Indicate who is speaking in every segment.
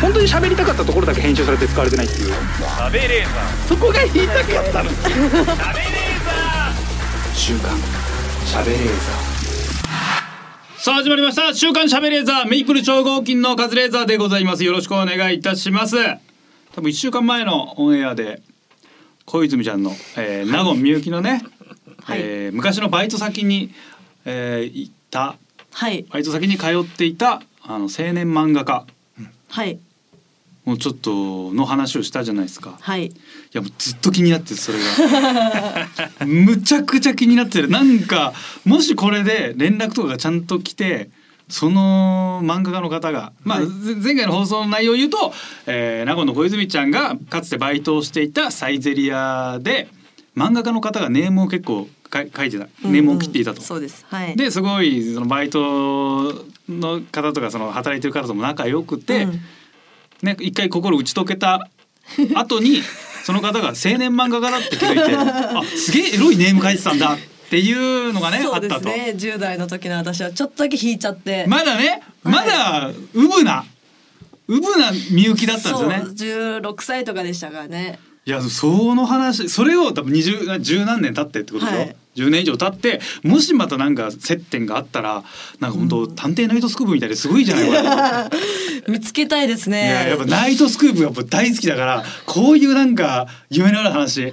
Speaker 1: 本当に喋りたかったところだけ編集されて使われてないっていう
Speaker 2: 食べレーザ
Speaker 1: そこが言いたかったの
Speaker 2: ー食べレーザ
Speaker 1: 週刊喋れー
Speaker 3: さあ始まりました週刊しゃべレーザーメイプル超合金のカズレーザーでございますよろしくお願いいたします多分一週間前のオンエアで小泉ちゃんの、えー、納言みゆきのね、
Speaker 4: はい
Speaker 3: えー昔のバイト先に、えー、行った
Speaker 4: はい
Speaker 3: バイト先に通っていたあの青年漫画家
Speaker 4: はい
Speaker 3: もうちょっとの話をしたじゃないですか
Speaker 4: はい
Speaker 3: いやもうずっと気になってるそれ がむちゃくちゃ気になってるなんかもしこれで連絡とかがちゃんと来てその漫画家の方が、まあ、
Speaker 4: はい
Speaker 3: ぜ前回の放送の内容を言うと、えー、名護の小泉ちゃんがかつてバイトをしていたサイゼリアで漫画家の方がネームを結構か書いてたネームを切っていたと。
Speaker 4: うんそうですはい
Speaker 3: ですごいそのバイトの方とかその働いてる方とも仲良くて、
Speaker 4: うん
Speaker 3: ね、一回心打ち解けた後 にその方が青年漫画家だって気づいてあすげえエロいネーム書いてたんだっていうのがね
Speaker 4: そ
Speaker 3: あ
Speaker 4: う
Speaker 3: っ
Speaker 4: で
Speaker 3: た
Speaker 4: す
Speaker 3: と、
Speaker 4: ね10代の時の私はちょっとだけ引いちゃって
Speaker 3: まだねまだうぶなうぶなみゆきだったんですよね
Speaker 4: そう16歳とかでしたからね
Speaker 3: いやその話それを多分20十何年経ってってことでしょ、
Speaker 4: はい
Speaker 3: 10年以上経ってもしまたなんか接点があったらなんか本当、探偵ナイトスクープみたいですごいじゃないこ れ。
Speaker 4: 見つけたいですね
Speaker 3: いややっぱナイトスクープやっぱ大好きだからこういうなんか夢のある話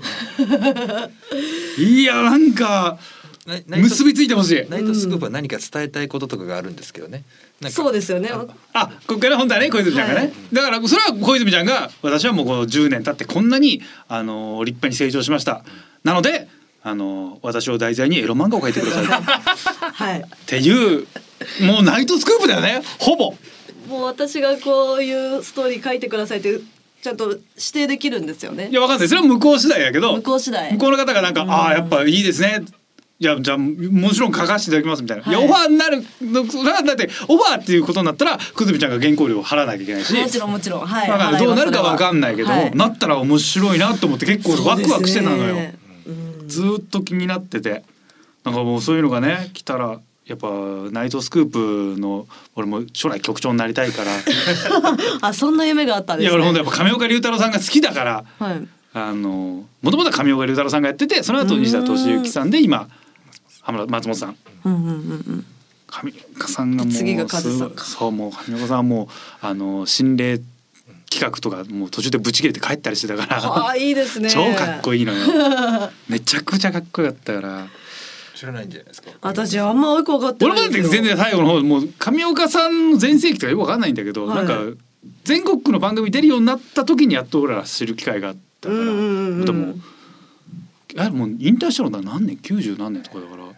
Speaker 3: いやなんか
Speaker 5: ナイナイト
Speaker 3: 結びついてほしい
Speaker 5: ナイトスクープは何か伝えたいこととかがあるんですけどね。なんか
Speaker 4: そうですよね
Speaker 3: あこっから本当はね小泉ちゃんがね、
Speaker 4: はい
Speaker 3: だからそれは小泉ちゃんが私はもうこの10年経ってこんなにあの立派に成長しましたなのであの私を題材にエロ漫画を描いてくださいっ
Speaker 4: はい
Speaker 3: ていうもうナイトスクープだよねほぼ
Speaker 4: もう私がこういうストーリー書いてくださいってちゃんと指定できるんですよね
Speaker 3: いやわかんないそれは向こう次第やけど
Speaker 4: 向こう次第
Speaker 3: 向こうの方がなんか、ああやっぱいいですねいやじゃあもちろん書かせていただきますみたいな、い、
Speaker 4: はい
Speaker 3: やオファーになるのそれはだってオファーっていうことになったらくずみちゃんが原稿料を払わなきゃいけないし
Speaker 4: もちろんもちろんはい
Speaker 3: わかんないどうなるかわかんないけど、
Speaker 4: はい
Speaker 3: なったら面白いなと思って結構ワクワクしてたの
Speaker 4: そ
Speaker 3: よ、
Speaker 4: うですねうん
Speaker 3: ずーっと気になっててなんかもうそういうのがね来たらやっぱナイトスクープの俺も将来局長になりたい から
Speaker 4: あそんな夢があったん
Speaker 3: い
Speaker 4: です
Speaker 3: や
Speaker 4: ね
Speaker 3: 俺ほんとやっぱ亀岡龍太郎さんが好きだから。
Speaker 4: はい
Speaker 3: あのもともとは上岡龍太郎さんがやっててその後西田敏行さんで今浜田松本さん
Speaker 4: うんうんうん
Speaker 3: 上岡さんがもう
Speaker 4: 次がカズさ
Speaker 3: すご
Speaker 4: ん
Speaker 3: いそうもう上岡さんはもうあの心霊企画とかもう途中でブチ切れて帰ったりしてたから
Speaker 4: うんあいいですね
Speaker 3: 超かっこいいのよ めちゃくちゃかっこよかったから
Speaker 5: 知らないんじゃないですか。
Speaker 4: 私あんまよく分かって
Speaker 3: 俺
Speaker 4: な
Speaker 3: もだ
Speaker 4: い
Speaker 3: っ
Speaker 4: ん
Speaker 3: て
Speaker 4: です
Speaker 3: 全
Speaker 4: よ
Speaker 3: 然最後の方もう上岡さんの全盛期とかよくわかんないんだけど、
Speaker 4: はい
Speaker 3: なんか全国区の番組出るようになった時にやっと俺ら知る機会があったから、
Speaker 4: うんうんうん
Speaker 3: でもあもう引退したのだ何年90何年とかだからも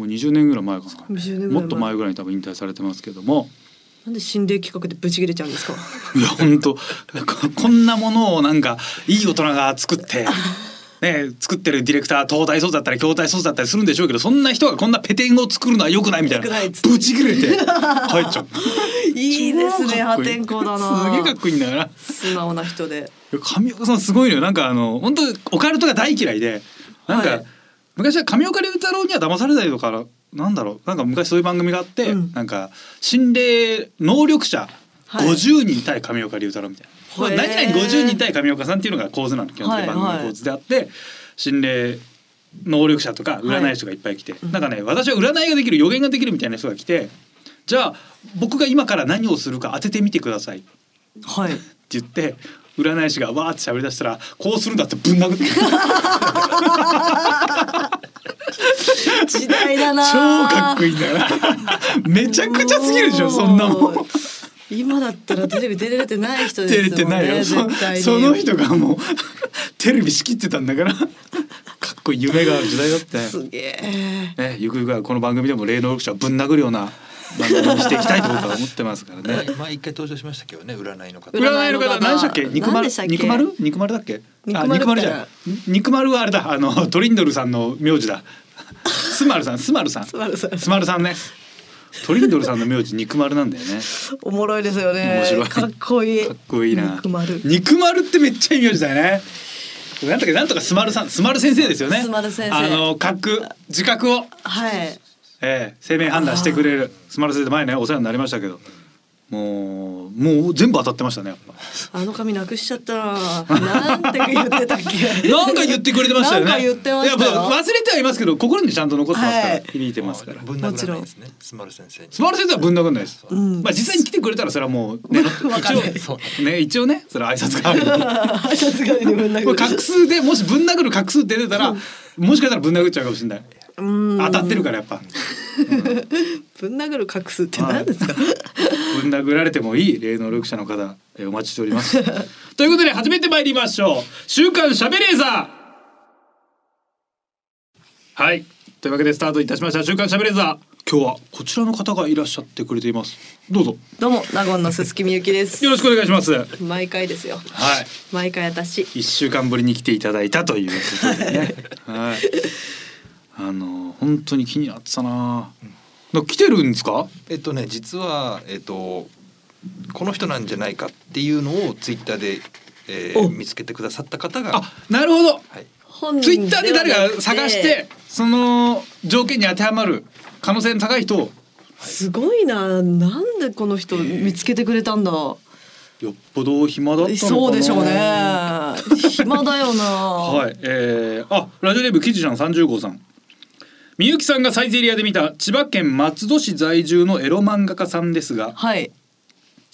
Speaker 3: う20年ぐらい前かな
Speaker 4: 20年ぐらい前
Speaker 3: もっと前ぐらいに多分引退されてますけども
Speaker 4: なんで心霊企画でブチ切れちゃうんですか
Speaker 3: いや本当ここんなものをなんかいい大人が作 って。ね、作ってるディレクター東大卒だったり京大卒だったりするんでしょうけどそんな人がこんなペテンを作るのは良くないみたいな
Speaker 4: 良くないっつって
Speaker 3: ぶち切れて帰っちゃう
Speaker 4: いいですね
Speaker 3: 超かっ
Speaker 4: 破
Speaker 3: こいい
Speaker 4: 天荒 だ
Speaker 3: すげえかっ
Speaker 4: な
Speaker 3: こいいんだよな
Speaker 4: 素直な人で
Speaker 3: 上岡さんすごいのよなんかあの本当オカルトが大嫌いでなんか、
Speaker 4: はい
Speaker 3: 昔は上岡龍太郎には騙されたりとかなんだろうなんか昔そういう番組があって、
Speaker 4: うん
Speaker 3: なんか心霊能力者
Speaker 4: はい
Speaker 3: 50人対上岡龍太郎みたいな、
Speaker 4: へー
Speaker 3: まあ何々50人対上岡さんっていうのが構図なの基本的に
Speaker 4: は
Speaker 3: 番
Speaker 4: い
Speaker 3: 組の構図であって、心霊能力者とか占い師とかいっぱい来て、なんかね私は占いができる予言ができるみたいな人が来てじゃあ僕が今から何をするか当ててみてください
Speaker 4: はい
Speaker 3: って言って占い師がわーって喋り出したらこうするんだってぶん殴って
Speaker 4: 時代だな
Speaker 3: 超かっこいいんだよ なめちゃくちゃすぎるでしょそんなもん
Speaker 4: う今だったらテレビ出れてない人です
Speaker 3: 照
Speaker 4: よね
Speaker 3: れてないよそ
Speaker 4: 絶対に
Speaker 3: その人がもうテレビ仕切ってたんだからかっこいい夢がある時代だって
Speaker 4: すげえ
Speaker 3: ねゆくゆくはこの番組でも霊能力者をぶん殴るような番組にしていきたいと僕は思ってますからね
Speaker 5: ね、まあ一回登場しましたけどね、占いの方。
Speaker 4: 占いの
Speaker 3: 占いの方何でしたっけ肉
Speaker 4: 何
Speaker 3: 丸
Speaker 4: でしたっけ
Speaker 3: 肉丸肉丸だっけあ
Speaker 4: 肉丸
Speaker 3: 肉丸
Speaker 4: って
Speaker 3: じゃないん肉丸はあれだあのトリンドルさんの名字だスマルさんスマルさん
Speaker 4: つまるさ
Speaker 3: スマルさんねトリンドルさんの名字肉丸なんだよね
Speaker 4: おもろいですよね
Speaker 3: 面白い
Speaker 4: かっこいい
Speaker 3: かっこいいな
Speaker 4: 肉丸
Speaker 3: 肉丸ってめっちゃいい名字だよねなんとかなんとかスマルさんスマル先生ですよね
Speaker 4: スマル先生
Speaker 3: あの覚自覚を
Speaker 4: はい
Speaker 3: ええ、生命判断してくれるスマル先生前ねお世話になりましたけどもうもう全部当たってましたねやっぱ。
Speaker 4: あの紙なくしちゃったな。なんて言ってたっけ。
Speaker 3: なんか言ってくれてましたよね。
Speaker 4: なんか言ってましたよ
Speaker 3: いやっぱ忘れてはいますけど心にちゃんと残ってますから、
Speaker 4: はい
Speaker 3: 響いてますから。
Speaker 5: ぶん殴らないですね。スマル先生に。
Speaker 3: スマール先生はぶん殴んないです。
Speaker 4: うん
Speaker 3: まあ実際に来てくれたらそれはもう ね
Speaker 4: わかんない
Speaker 3: 一応ね一応ねそれは挨拶代わりに。
Speaker 4: さすがに ぶん
Speaker 3: これ
Speaker 4: 殴
Speaker 3: 画数でもしぶん殴る画数って出てたらもしかしたらぶん殴っちゃうかもしれない。
Speaker 4: うん
Speaker 3: 当たってるからやっぱ。
Speaker 4: ぶん殴る隠すって何ですか。
Speaker 3: ぶん殴られてもいい霊能力者の方えーお待ちしております。 ということで始めてまいりましょう「週刊しゃべレーザー」はいというわけでスタートいたしました「週刊しゃべレーザー」今日はこちらの方がいらっしゃってくれていますどうぞ
Speaker 4: どうも名古屋の鈴木みゆきです
Speaker 3: よ。ろしくお願いしますはい
Speaker 4: 毎回ですよ。毎回私。
Speaker 3: 一週間ぶりに来ていただいたということでねはいあの本当に気になってたなな来てるんですか
Speaker 5: えっとね実はえっとこの人なんじゃないかっていうのをツイッターで、えー
Speaker 4: お
Speaker 5: 見つけてくださった方が
Speaker 3: あなるほど
Speaker 5: はい
Speaker 4: 本
Speaker 3: ツイッターで誰か探して。その条件に当てはまる可能性の高い人を
Speaker 4: すごいな。なんでこの人見つけてくれたんだ。
Speaker 3: よっぽど暇だったのかな
Speaker 4: そうでしょうね。暇だよな。
Speaker 3: はいえー、あラジオネームキジちゃん30号さんみゆきさんがサイゼリアで見た千葉県松戸市在住のエロ漫画家さんですが
Speaker 4: はい。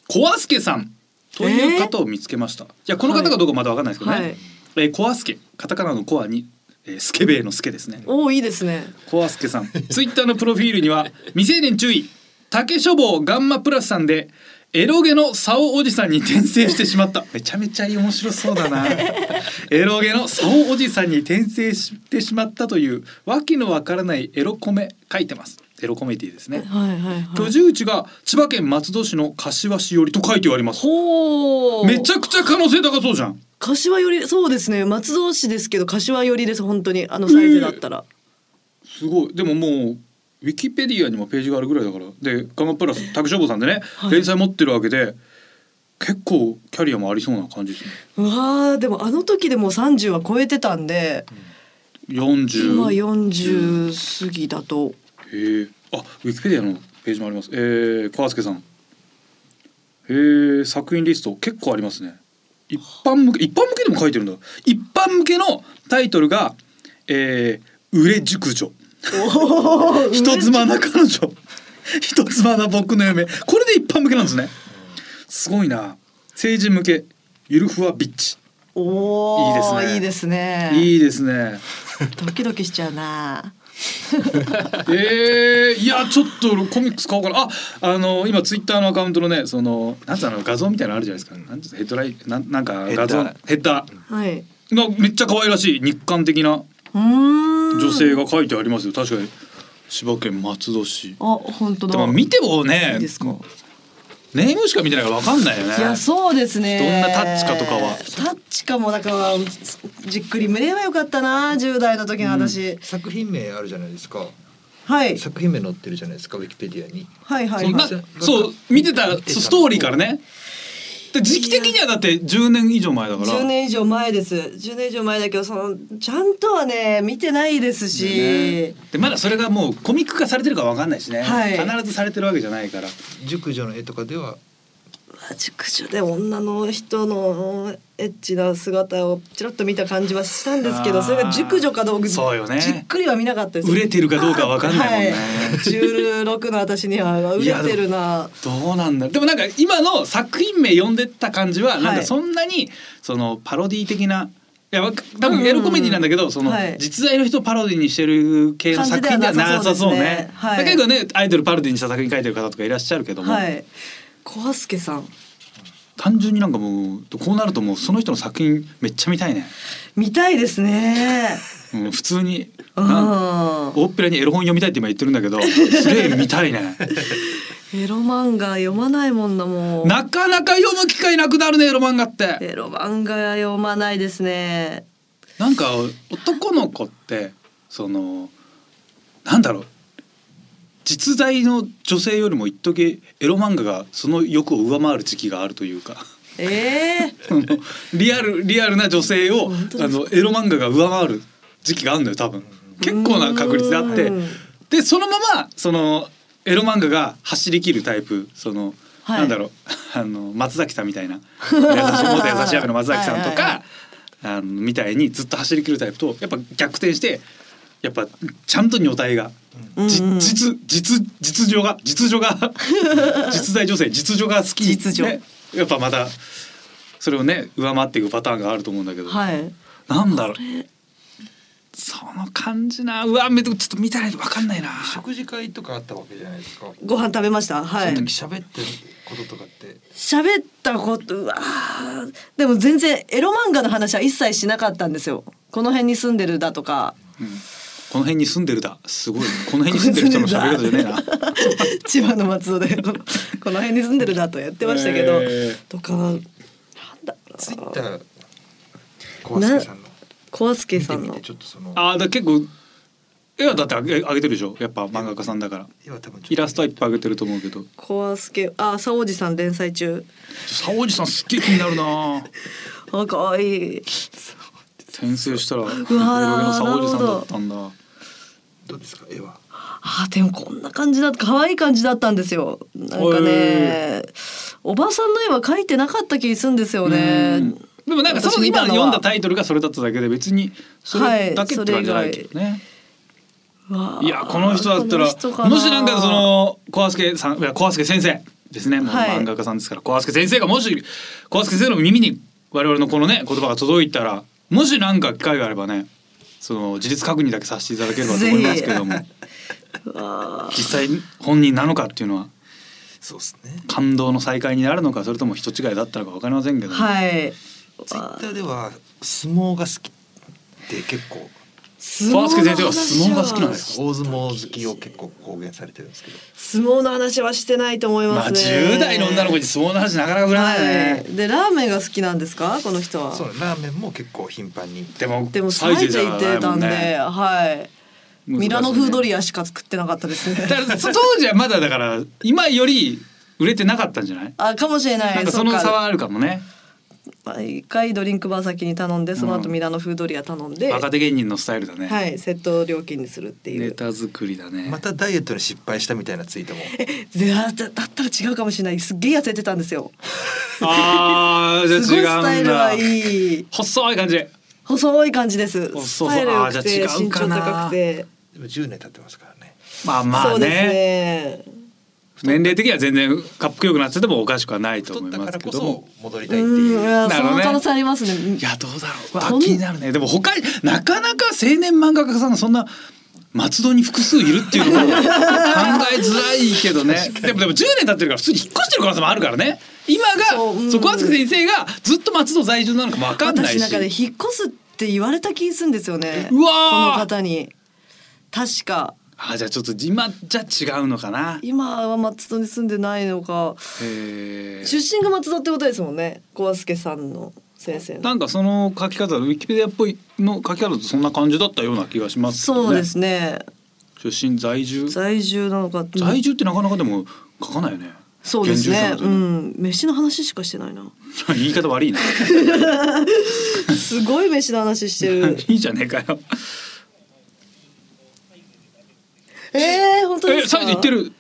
Speaker 3: 小アスケさんという方を見つけました、いやこの方かどうかまだわかんないですけどね、
Speaker 4: はい
Speaker 3: えー、コアスケカタカナのコアに、えー、スケベイのスケですね
Speaker 4: おおいいですね。
Speaker 3: コアスケさんツイッターのプロフィールには 未成年注意竹書房ガンマプラスさんでエロゲの竿おじさんに転生してしまっためちゃめちゃ面白そうだな エロゲの竿おじさんに転生してしまったというわけのわからないエロコメ書いてますエロコメディですね
Speaker 4: はいはいはい。
Speaker 3: 居住地が千葉県松戸市の柏市よりと書いてあります
Speaker 4: ほう。
Speaker 3: めちゃくちゃ可能性高そうじゃん
Speaker 4: 柏よりそうですね松戸市ですけど柏よりです本当にあのサイズだったら、
Speaker 3: すごいでももうウィキペディアにもページがあるぐらいだからでガマプラス拓消防さんでね、
Speaker 4: はい
Speaker 3: 連載持ってるわけで結構キャリアもありそうな感じですね
Speaker 4: うわーでもあの時でもう30は超えてたんで、
Speaker 3: 40
Speaker 4: 今
Speaker 3: へ
Speaker 4: 40過ぎだと、
Speaker 3: えあウィキペディアのページもありますえー、川助さんへえ作品リスト結構ありますね一般向け一般向けでも書いてるんだ一般向けのタイトルが「えー、売れ熟女」「人妻な彼女」「人妻な僕の嫁」これで一般向けなんですねすごいな成人向け「ゆるふわビッチ
Speaker 4: おお
Speaker 3: い
Speaker 4: い
Speaker 3: い
Speaker 4: い
Speaker 3: で
Speaker 4: ですね」
Speaker 3: いいですね
Speaker 4: ドキドキしちゃうな
Speaker 3: えー、いやちょっと俺コミックス買おうかなああの今ツイッターのアカウントのねそのなんつうの画像みたいなのあるじゃないですかなんつうのヘッドラインなんなんか
Speaker 5: ヘッ
Speaker 3: 画
Speaker 5: ダ
Speaker 3: 像
Speaker 5: ー
Speaker 3: ヘッダー
Speaker 4: はい。う
Speaker 3: がめっちゃ可愛らしい日韓的な
Speaker 4: ーん。
Speaker 3: 女性が書いてありますよ確かに千葉県松戸市
Speaker 4: あ本当
Speaker 3: で
Speaker 4: だ。
Speaker 3: も見てもね
Speaker 4: いいですか。
Speaker 3: ネームしか見てないから分かんないよね
Speaker 4: いやそうですね。
Speaker 3: どんなタッチかとかは
Speaker 4: タッチかもだからじっくり見ればよかったな10代の時の私。
Speaker 5: 作品名あるじゃないですか
Speaker 4: はい
Speaker 5: 作品名載ってるじゃないですかウィキペディアに
Speaker 4: はいはい
Speaker 3: ま
Speaker 4: は
Speaker 3: あ
Speaker 4: い。
Speaker 3: そう見てたそうストーリーからねで時期的にはだって10年以上前だから
Speaker 4: 10年以上前です10年以上前だけどそのちゃんとはね見てないですし、
Speaker 3: でまだそれがもうコミック化されてるかわかんないしね、
Speaker 4: はい
Speaker 3: 必ずされてるわけじゃないから
Speaker 5: 熟女の絵とかでは
Speaker 4: まあ熟女で女の人のエッチな姿をちらっと見た感じはしたんですけ
Speaker 3: あ
Speaker 4: ど
Speaker 3: ー
Speaker 4: それが熟女かどうか
Speaker 3: そうよね
Speaker 4: じっくりは見なかったです
Speaker 3: 売れてるかどうかわかんないもんね、
Speaker 4: はい、16の私には売れてるな
Speaker 3: どうなんだでもなんか今の作品名読んでった感じはなん
Speaker 4: は
Speaker 3: か
Speaker 4: い
Speaker 3: そんなにそのパロディ的な。いやわか多分エロコメディなんだけど、その
Speaker 4: はい
Speaker 3: 実在の人をパロディにしてる系の作品では
Speaker 4: 感じでは
Speaker 3: な
Speaker 4: なさ
Speaker 3: さ
Speaker 4: そ
Speaker 3: そう
Speaker 4: う
Speaker 3: ね
Speaker 4: ですねはい
Speaker 3: だけどねアイドルパロディにした作品書いてる方とかいらっしゃるけども、
Speaker 4: はい小助さん
Speaker 3: 単純になんかもうこうなるともうその人の作品めっちゃ見たいね、
Speaker 4: 見たいですね
Speaker 3: うん、普通に
Speaker 4: う ん
Speaker 3: な大っぴらにエロ本読みたいって今言ってるんだけどすげえ見たいね
Speaker 4: エロ漫画読まないもんなもう
Speaker 3: なかなか読む機会なくなるねエロ漫画って
Speaker 4: エロ漫画は読まないですね。
Speaker 3: なんか男の子ってそのなんだろう実在の女性よりも一時エロ漫画がその欲を上回る時期があるというか
Speaker 4: ええ
Speaker 3: その リアルリアルな女性を
Speaker 4: 本当
Speaker 3: あのエロ漫画が上回る時期があるのよ多分結構な確率であって
Speaker 4: うん
Speaker 3: でそのままそのエロ漫画が走り切るタイプその
Speaker 6: はい
Speaker 3: なんだろう あの松崎さんみたいな優しい元優しい雨の松崎さんとか
Speaker 6: はいはい
Speaker 3: あのみたいにずっと走り切るタイプとやっぱ逆転してやっぱちゃんと女体が、じ
Speaker 6: うんうん
Speaker 3: 実実実情が実情が 実在女性実情が好き、
Speaker 6: 実情
Speaker 3: ね、やっぱまたそれをね上回っていくパターンがあると思うんだけど、
Speaker 6: はい。
Speaker 3: なんだろうその感じなうわめちょっと見たないと分かんないな。
Speaker 5: 食事会とかあったわけじゃないですか。
Speaker 4: ご飯食べました。は
Speaker 5: そ
Speaker 4: い
Speaker 5: の。時喋ってることとかって。
Speaker 4: 喋ったことうわーでも全然エロ漫画の話は一切しなかったんですよ。この辺に住んでるだとか、
Speaker 3: この辺に住んでるだすごいこの辺に住んでる人の喋り方じゃねえな
Speaker 4: 千葉の松戸でこの辺に住んでるだとやってましたけど、
Speaker 3: えー
Speaker 4: とかなんだろ
Speaker 5: ツイッ
Speaker 4: う
Speaker 5: タ
Speaker 4: な。
Speaker 5: ー小林さんの
Speaker 4: コアスケ
Speaker 5: 見
Speaker 4: さ
Speaker 5: て
Speaker 4: ん
Speaker 5: み
Speaker 4: の
Speaker 5: てちょっとその
Speaker 3: ああだから結構絵はだってあげあげてるでしょやっぱ漫画家さんだから
Speaker 5: 絵は多分ちょっと
Speaker 3: イラストはいっぱいあげてると思うけど
Speaker 4: コアスケあ沙王子さん連載中。
Speaker 3: 沙王子さんすっげえ気になるな
Speaker 4: あ可愛い。
Speaker 3: 転生したら黒毛
Speaker 4: わー
Speaker 3: の沙王子さんだったんだ
Speaker 5: どうですか絵は。
Speaker 4: あでもこんな感じだった可愛い感じだったんですよなんかねおばさんの絵は描いてなかった気するんですよね
Speaker 3: うんでもなんかそ
Speaker 4: 私
Speaker 3: の
Speaker 4: 見
Speaker 3: 今
Speaker 4: たのは
Speaker 3: 読んだタイトルがそれだっただけで別にそれだけって感じじゃないけどね、
Speaker 4: わあ
Speaker 3: い、やこの人だった
Speaker 4: こ
Speaker 3: ら
Speaker 4: の人か
Speaker 3: もしなんかその小助さんいや小助先生ですね、もう
Speaker 4: はい
Speaker 3: 漫画家さんですから小助先生がもし小助先生の耳に我々のこのね言葉が届いたらもしなんか機会があればねその事実確認だけさせていただければと思いますけども
Speaker 4: わ
Speaker 3: 実際本人なのかっていうのは
Speaker 5: そうですね。
Speaker 3: 感動の再会になるのかそれとも人違いだったのか分かりませんけど、
Speaker 4: はい
Speaker 5: ツイッターでは相撲が好きって結構
Speaker 4: 相
Speaker 3: 小助先生は相撲が好きなんですか
Speaker 5: 大相撲好きを結構公言されてるんですけど。
Speaker 4: 相撲の話はしてないと思い
Speaker 3: まあ
Speaker 4: ますね
Speaker 3: 10代の女の子に相撲の話なかなか振らないね、
Speaker 4: はいでラーメンが好きなんですかこの人は
Speaker 5: そうラーメンも結構頻繁に。
Speaker 3: でも
Speaker 4: でもサ
Speaker 3: サイ
Speaker 4: イ
Speaker 3: ゼ
Speaker 4: ゼ
Speaker 3: じゃ
Speaker 4: 行って
Speaker 3: ない
Speaker 4: た
Speaker 3: も
Speaker 4: ん
Speaker 3: ん
Speaker 4: で、
Speaker 3: ね
Speaker 4: は
Speaker 3: 難しい
Speaker 4: い
Speaker 3: ね
Speaker 4: ミラノ風ドリアしか作ってなかったですね
Speaker 3: だからそ 当時はまだだから今より売れてなかったんじゃない？
Speaker 4: あかもしれない
Speaker 3: なんかそ
Speaker 4: っ
Speaker 3: の
Speaker 4: か
Speaker 3: 差はあるかもね。
Speaker 4: 毎回ドリンクバー先に頼んでその後
Speaker 3: うん
Speaker 4: ミラノフードリア頼んで、
Speaker 3: 若手芸人のスタイルだね。
Speaker 4: はいセット料金にするってい
Speaker 3: ネ
Speaker 4: う
Speaker 3: タ作りだね。
Speaker 5: またダイエットに失敗したみたいなツイートも。
Speaker 4: であだだったら違うかもしれないすっげえ痩せてたんですよ
Speaker 3: あ あじ
Speaker 4: すごいス
Speaker 3: ゃあ
Speaker 4: タ
Speaker 3: 違う
Speaker 4: イ
Speaker 3: ん
Speaker 4: ルは
Speaker 3: だ。
Speaker 4: いい
Speaker 3: 細い感じ。
Speaker 4: 細い感じです
Speaker 3: 細
Speaker 4: ス
Speaker 3: そう
Speaker 4: タイル良
Speaker 3: あじゃ
Speaker 4: く
Speaker 3: あ
Speaker 4: て
Speaker 3: 違う
Speaker 4: 身
Speaker 3: か
Speaker 4: 長
Speaker 3: な
Speaker 4: 高くて
Speaker 5: でも10年経ってますからね。
Speaker 3: まあま
Speaker 4: そ
Speaker 3: あ
Speaker 4: う
Speaker 3: ね。
Speaker 4: ですね
Speaker 3: 年齢的には全然かっこよくなっててもおかしくはないと
Speaker 5: 太
Speaker 3: 思
Speaker 5: っ
Speaker 3: い
Speaker 5: た
Speaker 3: ま
Speaker 5: か
Speaker 3: す
Speaker 5: ら
Speaker 3: け
Speaker 5: こ
Speaker 3: ども
Speaker 5: そ。戻りたいって
Speaker 4: うんい
Speaker 5: いう。
Speaker 4: や
Speaker 3: な
Speaker 4: そ
Speaker 3: るほど
Speaker 4: の
Speaker 3: ね
Speaker 4: 可能性ありますね
Speaker 3: いやどうだろう。
Speaker 4: と
Speaker 3: わ
Speaker 4: ん
Speaker 3: 気になるね。でも他になかなか青年漫画家さんがそんな松戸に複数いるっていうのも 考えづらいけどね。でもでも10年経ってるから普通に引っ越してる可能性もあるからね。今
Speaker 4: そうう
Speaker 3: が
Speaker 4: ん
Speaker 3: そこは先生がずっと松戸在住なのかもわかんない
Speaker 4: 私なんかね
Speaker 3: し。
Speaker 4: 引っ越すって言われた気するんですよね
Speaker 3: うわー
Speaker 4: この方に確か
Speaker 3: あじゃあちょっと今じゃ違うのかな。
Speaker 4: 今は松戸に住んでないのか
Speaker 3: へー
Speaker 4: 出身が松戸ってことですもんね小助さんの先生
Speaker 3: な
Speaker 4: の
Speaker 3: んかその書き方ウィキペディアっぽいの書き方だとそんな感じだったような気がしますけどね。
Speaker 4: そうですね
Speaker 3: 出身在住
Speaker 4: 在住なのか
Speaker 3: 在住ってなかなかでも書かないよね。
Speaker 4: そうで
Speaker 3: 現住
Speaker 4: すね
Speaker 3: 所
Speaker 4: う
Speaker 3: なんて
Speaker 4: ん飯の話しかしてないな
Speaker 3: 言い方悪いな。
Speaker 4: すごい飯の話してる
Speaker 3: いいじゃねえかよ。
Speaker 4: えー、本当で
Speaker 3: え、
Speaker 4: すか
Speaker 3: サイズ行ってる。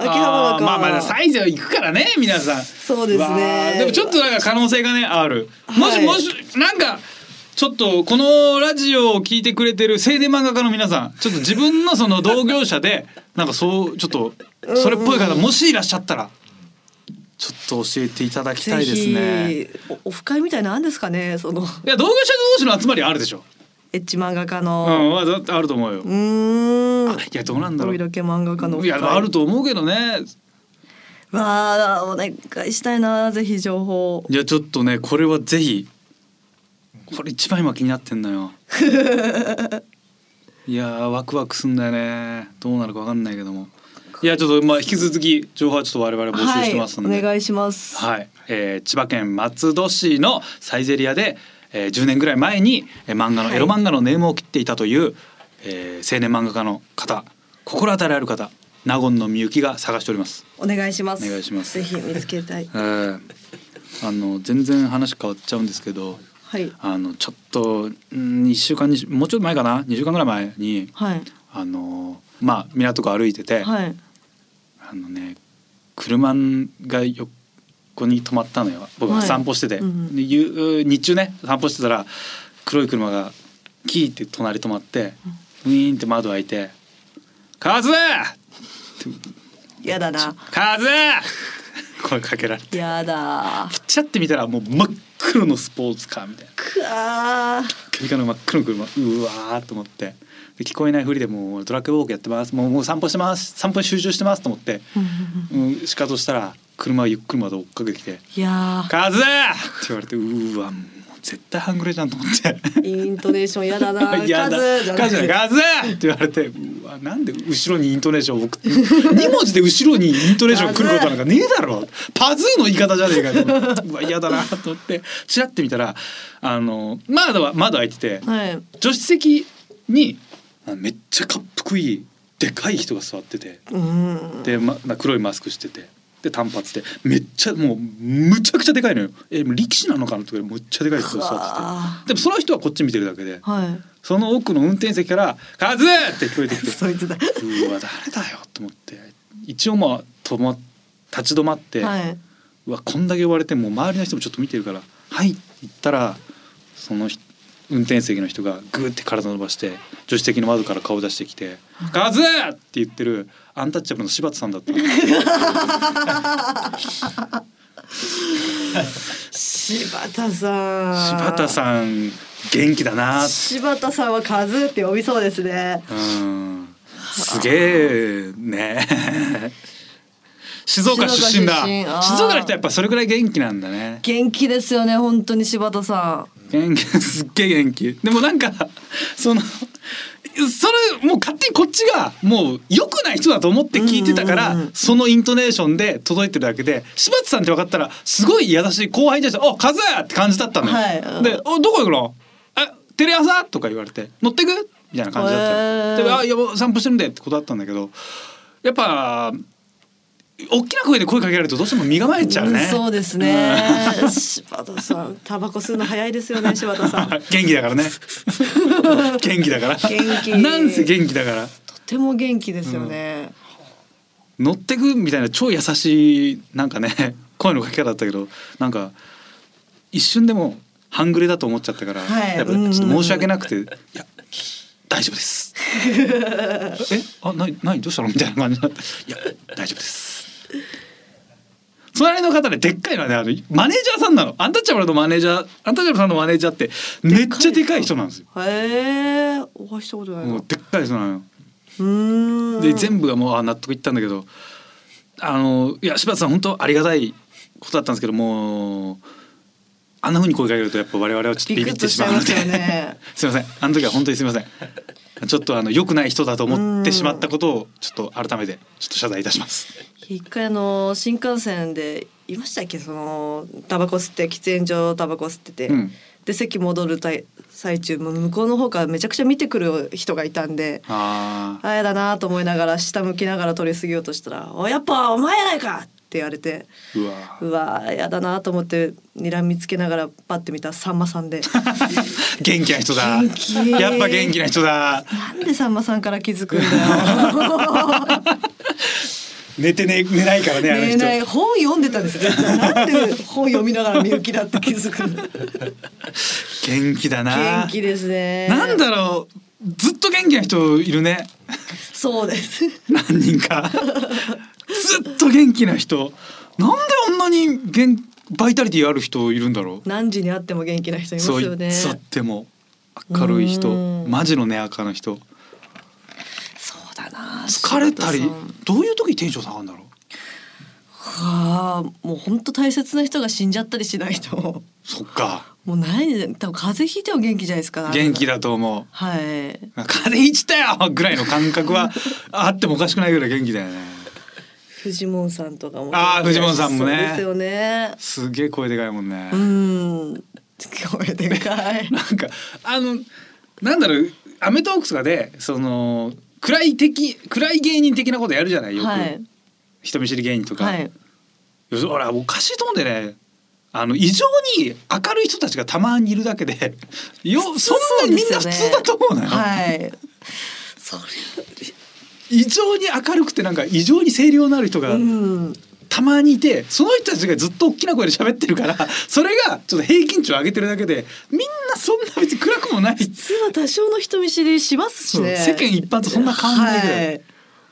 Speaker 4: 秋葉
Speaker 3: あ
Speaker 4: 原
Speaker 3: ー
Speaker 4: か
Speaker 3: まあまあサイズは行くからね、皆さん。
Speaker 4: そうですね
Speaker 3: わーでもちょっとなんか可能性がねある。も
Speaker 4: は
Speaker 3: し
Speaker 4: い
Speaker 3: もしなんか。ちょっとこのラジオを聞いてくれてる青年漫画家の皆さんちょっと自分のその同業者で なんかそうちょっとそれっぽい方もしいらっしゃったらちょっと教えていただきたいですね。
Speaker 4: ぜひおオフ会みたいなのあるんですかねその
Speaker 3: いや同業者同士の集まりあるでしょ。
Speaker 4: エッチ漫画家
Speaker 3: う
Speaker 4: の
Speaker 3: ん、ああると思うよ。
Speaker 4: う
Speaker 3: い
Speaker 4: ーん
Speaker 3: やどうなんだろ
Speaker 4: お
Speaker 3: う。
Speaker 4: 色気漫画家のオフ
Speaker 3: い
Speaker 4: 会
Speaker 3: やあると思うけどね。
Speaker 4: わあお願いしたいなぜひ情報
Speaker 3: いやちょっとねこれはぜひこれ一番今気になってんの よいやーワクワクすんだよねどうなるかわかんないけどもいやちょっとまあ引き続き情報はちょっと我々募集してますんで、
Speaker 4: はい、お願いします
Speaker 3: はい、えー千葉県松戸市のサイゼリアで、えー10年ぐらい前に、えー漫画の、
Speaker 4: はい
Speaker 3: エロ漫画のネームを切っていたという、えー青年漫画家の方心当たりある方納言のみゆきが探しております。
Speaker 4: お願いします
Speaker 3: お願いします
Speaker 4: ぜひ見つけ たい
Speaker 3: えーあの全然話変わっちゃうんですけど
Speaker 4: はい
Speaker 3: あのちょっと1週間にもうちょっと前かな2週間ぐらい前に
Speaker 4: はい
Speaker 3: あのまあ港区歩いてて、
Speaker 4: はい
Speaker 3: あのね車が横に止まったのよ僕が
Speaker 4: はい
Speaker 3: 散歩してて、
Speaker 4: うん
Speaker 3: で夕日中ね散歩してたら黒い車がキーって隣止まって、ウィーンって窓開いて「カズ
Speaker 4: やだな。
Speaker 3: カズ!」 声かけられて
Speaker 4: やだ。
Speaker 3: ピチャって見たらもう真っ黒のスポーツカーみたいな
Speaker 4: くわー。
Speaker 3: ピカピカの真っ黒の車うわーと思ってで聞こえないふりでもうドラッグウォークやってますもうもう散歩してます散歩に集中してますと思って、うん、しかとしたら車がゆっくりまで追っかけてきて
Speaker 4: いや
Speaker 3: 「カズ!」って言われてうわもう絶対半グレじゃんと思って。
Speaker 4: ー。イントネーションやだな。
Speaker 3: い やだ
Speaker 4: 数じゃな
Speaker 3: カズ
Speaker 4: い。
Speaker 3: カズって言われてうわなんで後ろにイントネーションを送って2文字で後ろにイントネーション来ることなんかねえだろパズーの言い方じゃねえかようわ嫌だなと思ってチラって見たらあの窓は窓開いてて
Speaker 4: はい。
Speaker 3: 助手席にあめっちゃかっこいいでかい人が座ってて
Speaker 4: うん。
Speaker 3: で、ま、な黒いマスクしててで短髪でめっちゃもうむちゃくちゃでかいのよえ力士なのかなとかむっちゃでかい人が座ってて。
Speaker 4: は
Speaker 3: でもその人はこっち見てるだけで、
Speaker 4: は
Speaker 3: その奥の運転席から「カズ!」って聞こえてき
Speaker 4: い。
Speaker 3: て
Speaker 4: そいつ
Speaker 3: 「
Speaker 4: だ。
Speaker 3: うわ誰だよ」と思って一応まあ止ま立ち止まって、
Speaker 4: はい。
Speaker 3: うわこんだけ言われてもう周りの人もちょっと見てるから「はい」って言ったらその人運転席の人がグーって体伸ばして助手席の窓から顔出してきて「カズ!」って言ってるアンタッチャブルの柴田さんだったの
Speaker 4: 柴田さん。
Speaker 3: 柴田さん元気だなって
Speaker 4: 柴田さんはカズって呼びそうですね。
Speaker 3: うんすげえね。 静岡出身だ。
Speaker 4: 静岡出身あー
Speaker 3: 静岡の人はやっぱそれぐらい元気なんだね。
Speaker 4: 元気ですよね本当に柴田さ
Speaker 3: 元気、すっげえ元気。でもなんかそのそれもう勝手にこっちがもう良くない人だと思って聞いてたから、
Speaker 4: うんうんうん
Speaker 3: そのイントネーションで届いてるだけで柴田さんって分かったらすごい優しい後輩に対して「あ風や!」って感じだったのよ。
Speaker 4: はいうん
Speaker 3: で「おどこ行くの?」「えテレ朝?」とか言われて「乗ってく?」みたいな感じだったの、
Speaker 4: へー、
Speaker 3: で「あいやもう散歩してるんで」ってことだったんだけどやっぱ大きな声で声かけられるとどうしても身構えちゃうんね。
Speaker 4: そうですね柴田さんタバコ吸うの早いですよね柴田さんと
Speaker 3: 元気だからね元気だから
Speaker 4: 元気
Speaker 3: なんせ元気だから
Speaker 4: ても元気ですよね、
Speaker 3: 乗ってくみたいな超優しいなんかね 声のかけ方だったけどなんか一瞬でも半グレだと思っちゃったから、
Speaker 4: はい
Speaker 3: やっぱ
Speaker 4: うんうんうん
Speaker 3: ちょっと申し訳なくて「いや大丈夫 です」「えあな何どうしたの?」みたいな感じになって「いや大丈夫です」隣の方ででっかいのはねあのマネージャーさんなのアンタッチャブルのマネージャーアンタッチャブルさんのマネージャーってめっちゃでかい人なんですよ。
Speaker 4: へえお会いしたことないな
Speaker 3: もう
Speaker 4: う
Speaker 3: でっかい人なのよ。
Speaker 4: ーん
Speaker 3: で全部がもうあ納得いったんだけどあのいや柴田さん本当ありがたいことだったんですけどもうあんな風に声かけるとやっぱ我々はちょっとビビってしまうの
Speaker 4: ビクッとしちゃいます
Speaker 3: で
Speaker 4: よね
Speaker 3: すいませんあの時は本当にすいませんちょっとあの良くない人だと思ってしまったことをちょっと改めてちょっと謝罪いたします
Speaker 4: 一回あの新幹線でいましたっけそのタバコ吸って喫煙所タバコ吸ってて、
Speaker 3: うん
Speaker 4: で席戻るたい最中も向こうの方からめちゃくちゃ見てくる人がいたんで
Speaker 3: あ
Speaker 4: あやだなと思いながら下向きながら取り過ぎようとしたら「おやっぱお前やないか!」って言われて
Speaker 3: ーうわ
Speaker 4: うわーやだなと思って睨みつけながらパッて見たらさんまさんで
Speaker 3: 元気な人だ
Speaker 4: 元気
Speaker 3: やっぱ元気な人だ
Speaker 4: なんでさんまさんから気づくん だよ
Speaker 3: 寝てね寝ないからねあの
Speaker 4: 寝
Speaker 3: 人
Speaker 4: ない本読んでたんですよ絶対なんで本読みながらみゆきだって気づくの
Speaker 3: 元気だな
Speaker 4: 元気ですね
Speaker 3: なんだろうずっと元気な人いるね
Speaker 4: そうです
Speaker 3: 何人かずっと元気な人なんであんなに元バイタリティある人いるんだろう
Speaker 4: 何時に会っても元気な人います
Speaker 3: そう
Speaker 4: よ
Speaker 3: い
Speaker 4: ね
Speaker 3: つあっても明るい人
Speaker 4: うん
Speaker 3: マジのね赤の人
Speaker 4: そうだな
Speaker 3: 疲れたり
Speaker 4: 柴田さん
Speaker 3: どういう時にテンション下がるんだろう
Speaker 4: はあもう本当大切な人が死んじゃったりしないと
Speaker 3: そっか
Speaker 4: もうないで多分風邪ひいても元気じゃないですか
Speaker 3: 元気
Speaker 4: だ
Speaker 3: だと思う
Speaker 4: はい
Speaker 3: 風邪ひいちったよぐらいの感覚はあってもおかしくないぐらい元気だよね
Speaker 4: フジモンさんとかも
Speaker 3: あーフジモンさんもね
Speaker 4: そうですよね
Speaker 3: すげえ声でかいもんね、
Speaker 4: うんこれでか い
Speaker 3: なんかあのなんだろう『アメトーーク』とかでその暗い敵暗い芸人的なことやるじゃないよく、
Speaker 4: はい
Speaker 3: 人見知り芸人とか、
Speaker 4: はい
Speaker 3: 要するに俺おかしいと思うんでねあの異常に明るい人たちがたまにいるだけでよそんなみんな普通だと思うのよ、
Speaker 4: はいそれ
Speaker 3: 異常に明るくてなんか異常に清涼のある人が
Speaker 4: うん
Speaker 3: たたまにいてその人たちがずっと大きな声で喋ってるからそれがちょっと平均値を上げてるだけでみんなそんな別に暗くもない
Speaker 4: 普通は多少の人見知りしますしね。
Speaker 3: そう世間一般とそんな変わんないぐらい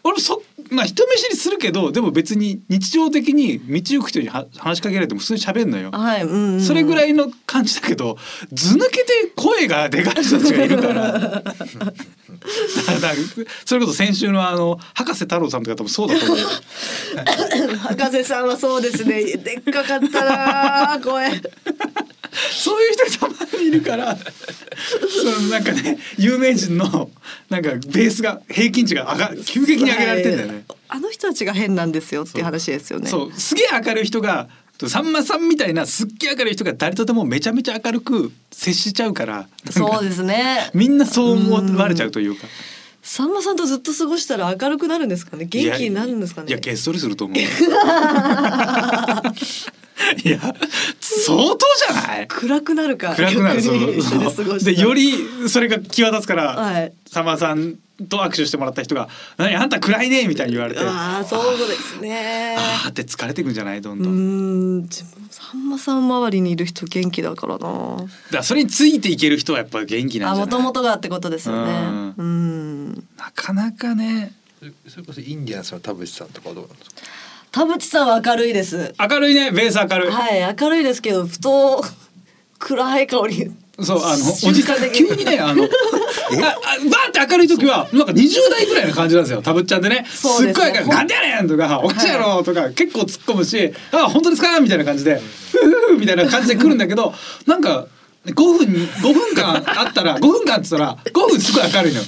Speaker 3: 俺もそまあ人見知りするけどでも別に日常的に道行く人には話しかけられても普通に喋んのよ。
Speaker 4: はい、はい、うん、うん。
Speaker 3: それぐら
Speaker 4: い。
Speaker 3: いの感じだけど図抜けて声がでかい人たちがいるからだからそれこそ先週のあの博士太郎さんとか多分そうだと思うよ。
Speaker 4: 博士さんはそうですね。でっかかった なー、声。
Speaker 3: そういう人がたまにいるからそのなんかね有名人のなんかベースが平均値が上が急激に上げられてんだよね。
Speaker 4: はいあの人たちが変なんですよっていう話ですよね。
Speaker 3: そうすげえ明るい人がさんまさんみたいなすっげえ明るい人が誰とでもめちゃめちゃ明るく接しちゃうから
Speaker 4: そうですね。
Speaker 3: みんなそう思われちゃうというか
Speaker 4: さんまさんとずっと過ごしたら明るくなるんですかね。元気になるんですかね。
Speaker 3: いやいやげっそりすると思 ういや相当じゃない
Speaker 4: 暗くなるか。
Speaker 3: 暗くなる
Speaker 4: 逆に一緒に過
Speaker 3: そ
Speaker 4: ご
Speaker 3: う
Speaker 4: したら
Speaker 3: でよ。りそれが際立つから、
Speaker 4: はい
Speaker 3: さんまさんと握手してもらった人が「何あんた暗いね」みたいに言われて
Speaker 4: ああ、そうですね。
Speaker 3: あーって疲れてくんじゃないどん
Speaker 4: う
Speaker 3: どん、だ
Speaker 4: ん、自分さんまさん周りにいる人元気だからな。
Speaker 3: からそれについていける人はやっぱ元気な
Speaker 4: あ、
Speaker 3: んじゃ
Speaker 4: も
Speaker 3: な
Speaker 4: と
Speaker 3: い
Speaker 4: もとがってことですよね。うん。
Speaker 3: なかなかね
Speaker 5: それこそインディアンスの田淵さんとかはどうなんですか。
Speaker 4: 田淵さんは明るいです。
Speaker 3: 明るいねベース明るい、
Speaker 4: はい、明るいですけど、ふと。暗い顔に。
Speaker 3: そうあの
Speaker 4: 瞬
Speaker 3: おじさ
Speaker 4: 間
Speaker 3: ん
Speaker 4: 的に
Speaker 3: 急にね あのああバーって明るい時はなんか20代ぐらいの感じなんですよたぶっちゃんでねす
Speaker 4: そう
Speaker 3: っ
Speaker 4: で
Speaker 3: ご
Speaker 4: す
Speaker 3: い
Speaker 4: ね
Speaker 3: 明るい「なんでやねん!」とか「おかしいやろ!」とか結構突っ込むし「あ本当ですか?」みたいな感じで「ふふふ」みたいな感じで来るんだけどなんか5分5分間あったら5分間っつったら5分すごい明るいのよ。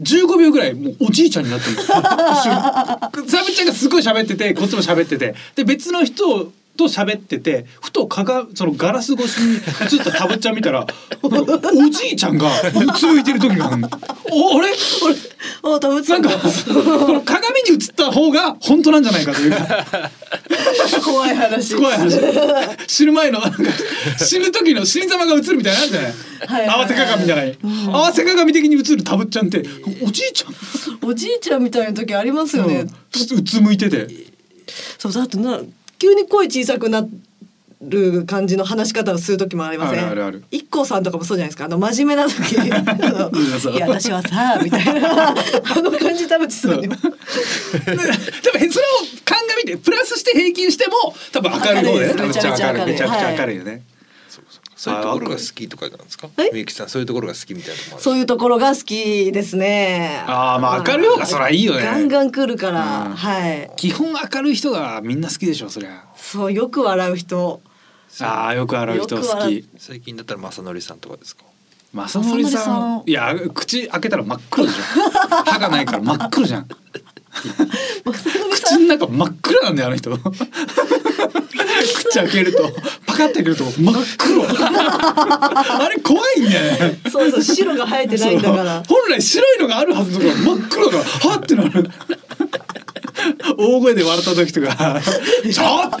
Speaker 3: 15秒ぐらいもうおじいちゃんになってるの一瞬サブちゃんがすごい喋っててこっちも喋っててで別の人と喋っててふとかがそのガラス越しに映ったたぶっちゃん見たらなんかおじいちゃんがうつむいてる時があるのおあれあれ
Speaker 4: あ、田淵さ
Speaker 3: なんん
Speaker 4: が
Speaker 3: か。この鏡に映った方が本当なんじゃないかというか
Speaker 4: 怖い話。
Speaker 3: すごい話死ぬ前のなんか死ぬ時の死に様が映るみたいなのあるじゃない
Speaker 4: はいはい
Speaker 3: 合わせ鏡じゃない合わせ鏡的に映るたぶっちゃんっておじいちゃん
Speaker 4: おじいちゃんみたいな時ありますよね。
Speaker 3: うんちょっとうつむいて て
Speaker 4: そうだってな急に声小さくなる感じの話し方をする時もありません。
Speaker 3: あるあるある
Speaker 4: 一光さんとかもそうじゃないですか。あの真面目な時、 あ
Speaker 3: そう
Speaker 4: のいや私はさみた いなあの感じ田淵さんにも。
Speaker 3: ででもそれを鑑みてプラスして平均しても多分明るい方だよね
Speaker 4: 明るいで
Speaker 3: 多
Speaker 4: す
Speaker 3: 分
Speaker 4: め
Speaker 3: め
Speaker 4: ち
Speaker 3: ち
Speaker 4: ゃ
Speaker 3: ゃ
Speaker 4: め
Speaker 3: く
Speaker 4: ち
Speaker 3: ち
Speaker 4: ゃ明るい
Speaker 3: ゃ明るいよね
Speaker 5: そういうところが好きとかなんですか。
Speaker 4: え
Speaker 5: みゆきさんそういうところが好きみたいなところもある。
Speaker 4: そういうところが好きですね。
Speaker 3: あーまあ明るい方がそりゃいいよね
Speaker 4: ガンガン来るから、
Speaker 3: うん
Speaker 4: はい。
Speaker 3: 基本明るい人がみんな好きでしょそりゃ
Speaker 4: そうよく笑う人。
Speaker 3: あーよく笑う人
Speaker 4: よく
Speaker 3: 好
Speaker 4: 笑
Speaker 3: き
Speaker 5: 最近だったら正則さんとかですか。
Speaker 3: まさのり
Speaker 4: 正
Speaker 3: さ
Speaker 4: 則さ
Speaker 3: んいや口開けたら真っ黒でしょ 歯がないから真っ黒じゃん口の中真っ黒なんだよあの人 口開けるとパカって開けると真っ黒 あれ怖いんだよね
Speaker 4: そうそう白が生えてないんだから。
Speaker 3: そう本来白いのがあるはずのところ真っ黒だからはってなる 大声で笑った時とか 「ちょっと!」と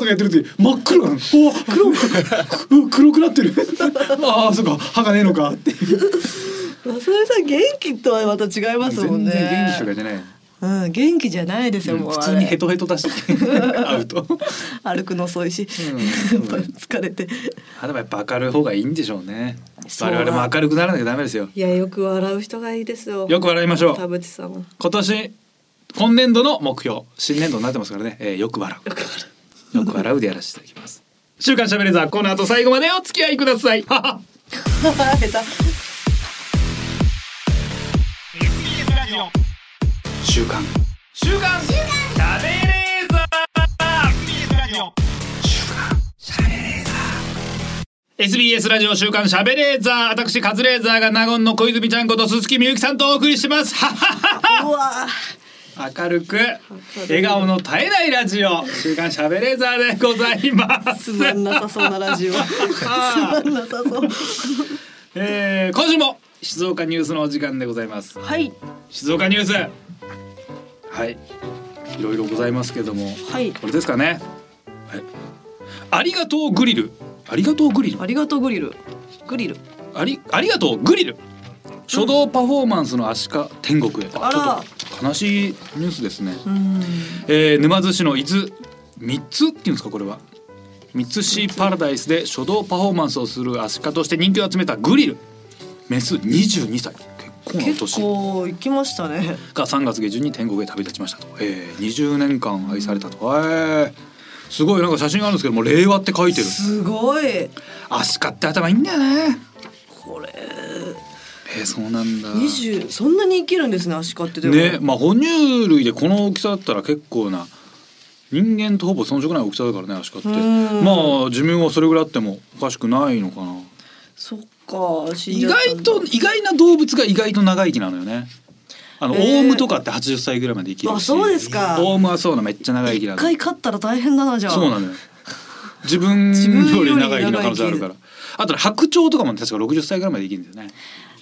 Speaker 3: か言ってる時真っ黒なのお黒く黒くなってる ああそうか歯がねえのかっていう
Speaker 4: まさのりさん元気とはまた違いますも
Speaker 3: 全
Speaker 4: んね。
Speaker 3: 然元気とかじゃないの
Speaker 4: うん元気じゃないですよ、もうあ
Speaker 3: 普
Speaker 4: れ。
Speaker 3: 通にヘトヘトだし 会うと
Speaker 4: 歩くの遅いし、
Speaker 3: うん
Speaker 4: やっぱ疲れて
Speaker 3: あでもやっぱ明るい方がいいんでしょうね
Speaker 4: そう
Speaker 3: 我々も明るくならなきゃダメですよ
Speaker 4: いやよく笑う人がいいですよ
Speaker 3: よく笑いましょう
Speaker 4: 田淵さんも
Speaker 3: 今年今年度の目標新年度になってますからね、えーよく笑うよく笑うでやらせていただきます週刊しゃべれザーこの後最後までお付き合いください
Speaker 4: 下手
Speaker 1: 週刊
Speaker 2: 週刊食べレーザー
Speaker 3: SBS ラジオ週刊しゃべれザー私カズレーザーが納言の小泉ちゃんこと鈴木みゆきさんとお送りしてます
Speaker 4: うわ
Speaker 3: 明るく笑顔の絶えないラジオ週刊しゃべれザーでございます
Speaker 4: つまんなさそうな ラジオつまんなさそう
Speaker 3: えー、今週も静岡ニュースのお時間でございます
Speaker 4: はい
Speaker 3: 静岡ニュースはいいろいろございますけども
Speaker 4: はい
Speaker 3: これですかねはいありがとうグリルありがとうグリル
Speaker 4: ありがとうグリルグリル
Speaker 3: ありありがとうグリル書道パフォーマンスのアシカ天国へ
Speaker 4: あら
Speaker 3: ちょっと悲しいニュースですね、
Speaker 4: うん
Speaker 3: えー、沼津市の伊豆三つっていうんですかこれは三つ C パラダイスで書道パフォーマンスをするアシカとして人気を集めたグリルメス22歳結構な
Speaker 4: 結
Speaker 3: 年
Speaker 4: 構行きましたね。
Speaker 3: が3月下旬に天国へ旅立ちましたと、えー、20年間愛されたと、えー、すごいなんか写真があるんですけどもう令和って書いてる
Speaker 4: すごい。
Speaker 3: アシカって頭いいんだよね
Speaker 4: これ
Speaker 3: えー、そうなんだ
Speaker 4: 二十そんなに生きるんですねアシカってでも。
Speaker 3: ねまあ哺乳類でこの大きさだったら結構な人間とほぼ遜色ない大きさだからねアシカって
Speaker 4: う
Speaker 3: ま
Speaker 4: ん
Speaker 3: あ寿命はそれぐらいあってもおかしくないのかな
Speaker 4: そっか。死ん
Speaker 3: 意
Speaker 4: じゃった
Speaker 3: 外
Speaker 4: んだ
Speaker 3: と意外な動物が意外と長生きなのよねあの、
Speaker 4: えー
Speaker 3: オウムとかって80歳ぐらいまで生きるし
Speaker 4: あそうですか
Speaker 3: オウムはそうなのめっちゃ長生きな
Speaker 4: 一
Speaker 3: の
Speaker 4: 回勝ったら大変だなじゃあ。
Speaker 3: そうなのよ。自分より長生きの可能性あるから。あとね白鳥とかも確か60歳ぐらいまで生きるんですよね。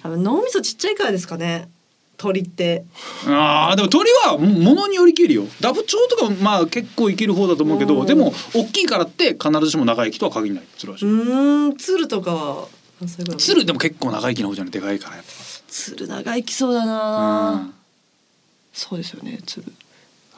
Speaker 4: あの脳みそちっちゃいからですかね。鳥って。
Speaker 3: ああでも鳥はもものによりきるよ。ダブ鳥とかもまあ結構生きる方だと思うけ
Speaker 4: う
Speaker 3: ど、
Speaker 4: ん
Speaker 3: でも大きいからって必ずしも長生きとは限らない。つるは
Speaker 4: う
Speaker 3: し。
Speaker 4: ーん鶴とかは。何歳ぐらい
Speaker 3: 鶴でも結構長生きの方じゃないでかいからやっ
Speaker 4: 鶴長生きそうだ
Speaker 3: ぱ。う
Speaker 4: な。
Speaker 3: ん。
Speaker 4: そうですよね鶴。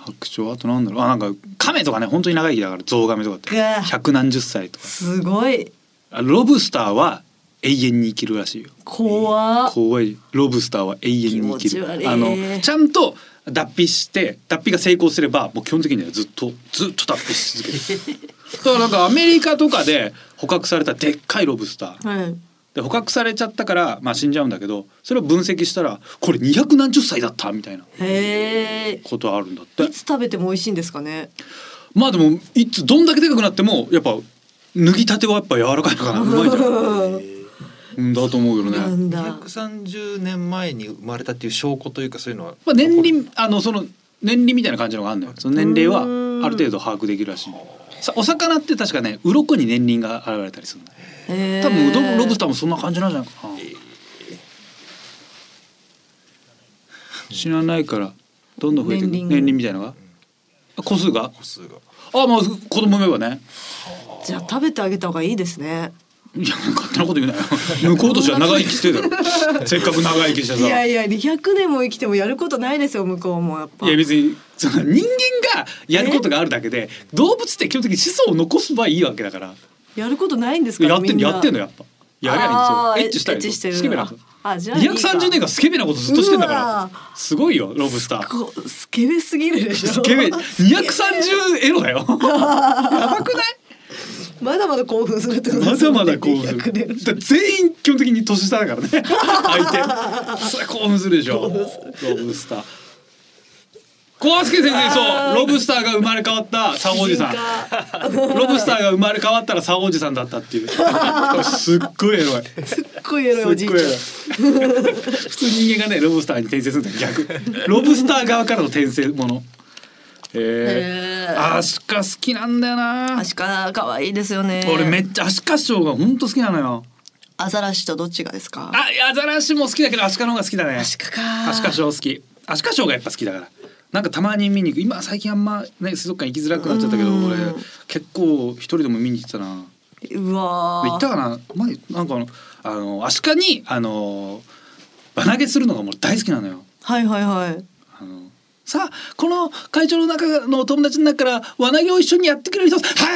Speaker 3: 白鳥あとなんだろうあなんか亀とかね本当に長生きだからゾウガメとかって
Speaker 4: うわ
Speaker 3: 百何十歳とか。
Speaker 4: すごい
Speaker 3: あロブスターは永遠に生きるらしいよ。
Speaker 4: 怖っ。
Speaker 3: 怖いロブスターは永遠に生き
Speaker 4: 気持ち悪い
Speaker 3: るあのちゃんと脱皮して脱皮が成功すればもう基本的にはずっとずっと脱皮し続けるだからなんかアメリカとかで捕獲されたでっかいロブスター
Speaker 4: はい。
Speaker 3: で捕獲されちゃったから、まあ、死んじゃうんだけどそれを分析したらこれ2何十歳だったみたいな
Speaker 4: へえ。
Speaker 3: ことあるんだって
Speaker 4: いつ食べても美味しいんですかね。
Speaker 3: まあでもいつどんだけでかくなってもやっぱ脱ぎたてはやっぱ柔らかいのかなうまいんじゃないうんだと思うけど
Speaker 4: な
Speaker 3: ね。
Speaker 4: んだ。
Speaker 5: 230年前に生まれたっていう証拠というかそういうのは
Speaker 3: まあ、年輪あのその年輪みたいな感じのがあるのよその年齢はある程度把握できるらしいさお魚って確かね鱗に年輪が現れたりするの
Speaker 4: へー
Speaker 3: 多分うどんロブスターもそんな感じなんじゃないかな、知らないからどんどん増えていく
Speaker 4: 年
Speaker 3: 年
Speaker 4: 輪
Speaker 3: 輪みたいなのがあ個数が
Speaker 5: 個数が
Speaker 3: あまあ子供産めばね
Speaker 4: じゃあ食べてあげた方がいいですね。
Speaker 3: いや勝手なこと言うなよ向こうとしては長生きしてる だろせっかく長生きして
Speaker 4: い
Speaker 3: さ
Speaker 4: やいや200年も生きてもやることないですよ向こうもやっぱ。
Speaker 3: いや別にその人間がやることがあるだけで動物って基本的に子孫を残すばいいわけだから
Speaker 4: やることないんですから
Speaker 3: やってん
Speaker 4: み
Speaker 3: の
Speaker 4: な
Speaker 3: やってんのやっぱやりゃいい
Speaker 4: あ
Speaker 3: んです
Speaker 4: ー
Speaker 3: よエッチしたり
Speaker 4: エッチしてる
Speaker 3: スケベな
Speaker 4: あじゃあいいか
Speaker 3: 230年間スケベなことずっとしてんだか
Speaker 4: うわ
Speaker 3: らすごいよロブスター
Speaker 4: こうスケベすぎるでしょ。
Speaker 3: スケ ベ230エロだよやばくない
Speaker 4: まだまだ興奮するってこと
Speaker 3: ま
Speaker 4: です
Speaker 3: だ
Speaker 4: よね
Speaker 3: まだ興奮する
Speaker 4: 200年
Speaker 3: だって全員基本的に年下だからね相手それ興奮するでしょロブスター小助先生そうロブスターが生まれ変わったサンおじさん ロブスターが生まれ変わったらサンおじさんだったっていうすっごいエロい
Speaker 4: すっごいエロいおじいちゃん。
Speaker 3: すっごい偉い普通人間がねロブスターに転生するんだよ逆ロブスター側からの転生ものへ
Speaker 4: へ
Speaker 3: え
Speaker 4: ー
Speaker 3: アシカ好きなんだよな
Speaker 4: アシカ可愛いですよね。
Speaker 3: 俺めっちゃアシカショーがほんと好きなのよ
Speaker 4: アザラシとどっちがですか。
Speaker 3: あアザラシも好きだけどアシカの方が好きだね
Speaker 4: アシカか。
Speaker 3: アシカショー好きアシカショーがやっぱ好きだからなんかたまに見に行く今最近あんまね水族館行きづらくなっちゃったけど
Speaker 4: うん
Speaker 3: 俺結構一人でも見に行ってたな
Speaker 4: うわー。
Speaker 3: 行ったかな前なんかあのあのアシカにあの輪投げするのがもう大好きなのよ。
Speaker 4: はいはいはい。
Speaker 3: あのさあこの会長の中のお友達の中から輪投げを一緒にやってくれる人は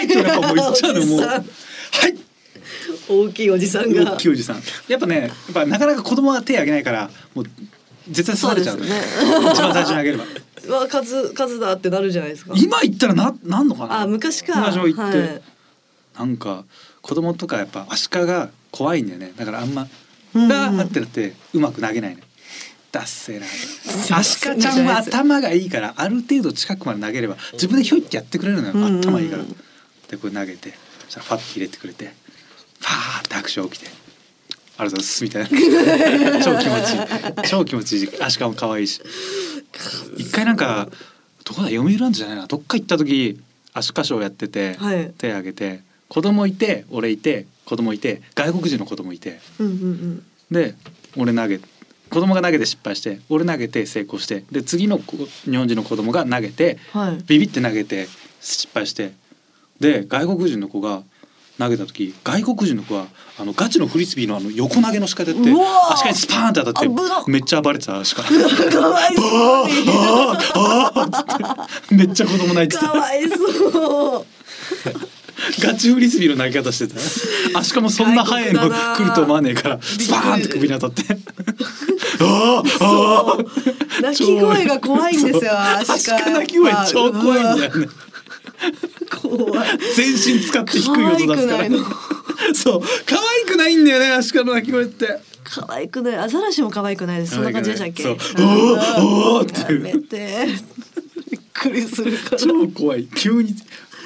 Speaker 3: いはいはいはいってなんかもう言っちゃうのもう
Speaker 4: おじ
Speaker 3: は
Speaker 4: さん
Speaker 3: い
Speaker 4: 大きいおじさんが
Speaker 3: 大きいおじさんやっぱねやっぱなかなか子供は手あげないからもう絶対刺されちゃうのよ
Speaker 4: そうですよね
Speaker 3: 一番最初にあ げれば
Speaker 4: うわ数数だってなるじゃないですか。
Speaker 3: 今行ったらななんのかな
Speaker 4: あ昔か。
Speaker 3: 昔も行って、
Speaker 4: はい
Speaker 3: なんか子供とかやっぱアシカが怖いんだよねだからあんま
Speaker 4: うんうん
Speaker 3: ダーってなってうまく投げないのダッセーなアシカちゃんは頭がいいからある程度近くまで投げれば自分でひょいってやってくれるのよ、
Speaker 4: うんうんうん
Speaker 3: 頭いいからでこれ投げてそしたらファッて入れてくれてファーって拍手起きてありがとうございますみたいな超気持ちいい超気持ちいいアシカも可愛いし一回なんかどこだ読売ランドじゃないなどっか行った時アシカショーやってて、
Speaker 4: はい
Speaker 3: 手挙げて子供いて俺いて子供いて外国人の子供いて
Speaker 4: うんうん
Speaker 3: で俺投げ子供が投げて失敗して俺投げて成功してで次の子日本人の子供が投げて
Speaker 4: うん。はい。
Speaker 3: ビビって投げて失敗してで外国人の子が投げた時外国人の子はあのガチのフリスビーのあの横投げの仕方やって
Speaker 4: うわー
Speaker 3: 足かにスパーンって当た
Speaker 4: 危な
Speaker 3: っ
Speaker 4: って
Speaker 3: めっちゃ暴れてた足か
Speaker 4: かわいそうに
Speaker 3: めっちゃ子供泣いて
Speaker 4: か
Speaker 3: た
Speaker 4: わ いそう
Speaker 3: ガチフリスビーの投げ方してた足かもそんな速いの
Speaker 4: 外国だな
Speaker 3: 来ると思わねえからスパーンって首に当たって あーあ
Speaker 4: そ
Speaker 3: ー
Speaker 4: う泣き声が怖いんですよアシカ
Speaker 3: 足か泣き声超怖いんだよね
Speaker 4: 怖い
Speaker 3: 全身使って低い音出すか
Speaker 4: 可愛くな
Speaker 3: ら
Speaker 4: いの
Speaker 3: そう可愛くないんだよねアシカの鳴き声って
Speaker 4: 可愛くないアザラシも可愛くないですそんな感じでしたっけ
Speaker 3: そう
Speaker 4: うん
Speaker 3: おーおーっていう
Speaker 4: やめてびっくりするから
Speaker 3: 超怖い急に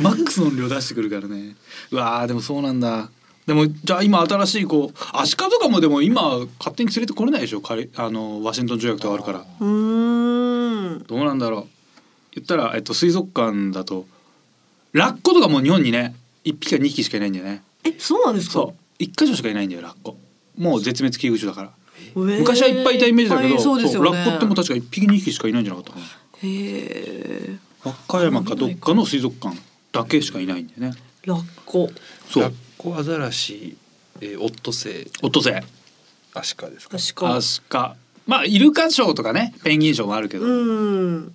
Speaker 3: マックスの音量出してくるからねうわーでもそうなんだでもじゃあ今新しいこうアシカとかもでも今勝手に連れてこれないでしょカリあのワシントン条約とかあるから
Speaker 4: うーん
Speaker 3: どうなんだろう言ったら、えっと、水族館だとラッコとかもう日本にね1匹か2匹しかいないんだよね
Speaker 4: えそうなんですか
Speaker 3: そう1箇所しかいないんだよラッコもう絶滅危惧種だから
Speaker 4: へー
Speaker 3: 昔はいっぱいいたイメージだけど、
Speaker 4: いっぱいそうですよね
Speaker 3: そうラッコってもう確か1匹2匹しかいないんじゃなかったかな
Speaker 4: へえ
Speaker 3: 和歌山かどっかの水族館だけしかいないんだよね
Speaker 4: ラッコ
Speaker 3: そ
Speaker 5: ラッ
Speaker 3: う
Speaker 5: コアザラシ、えー、オットセイ、
Speaker 3: オットセイ
Speaker 5: アシカですか。
Speaker 4: 確か
Speaker 3: アシカまあイルカショーとかねペンギンショーもあるけど、
Speaker 4: うん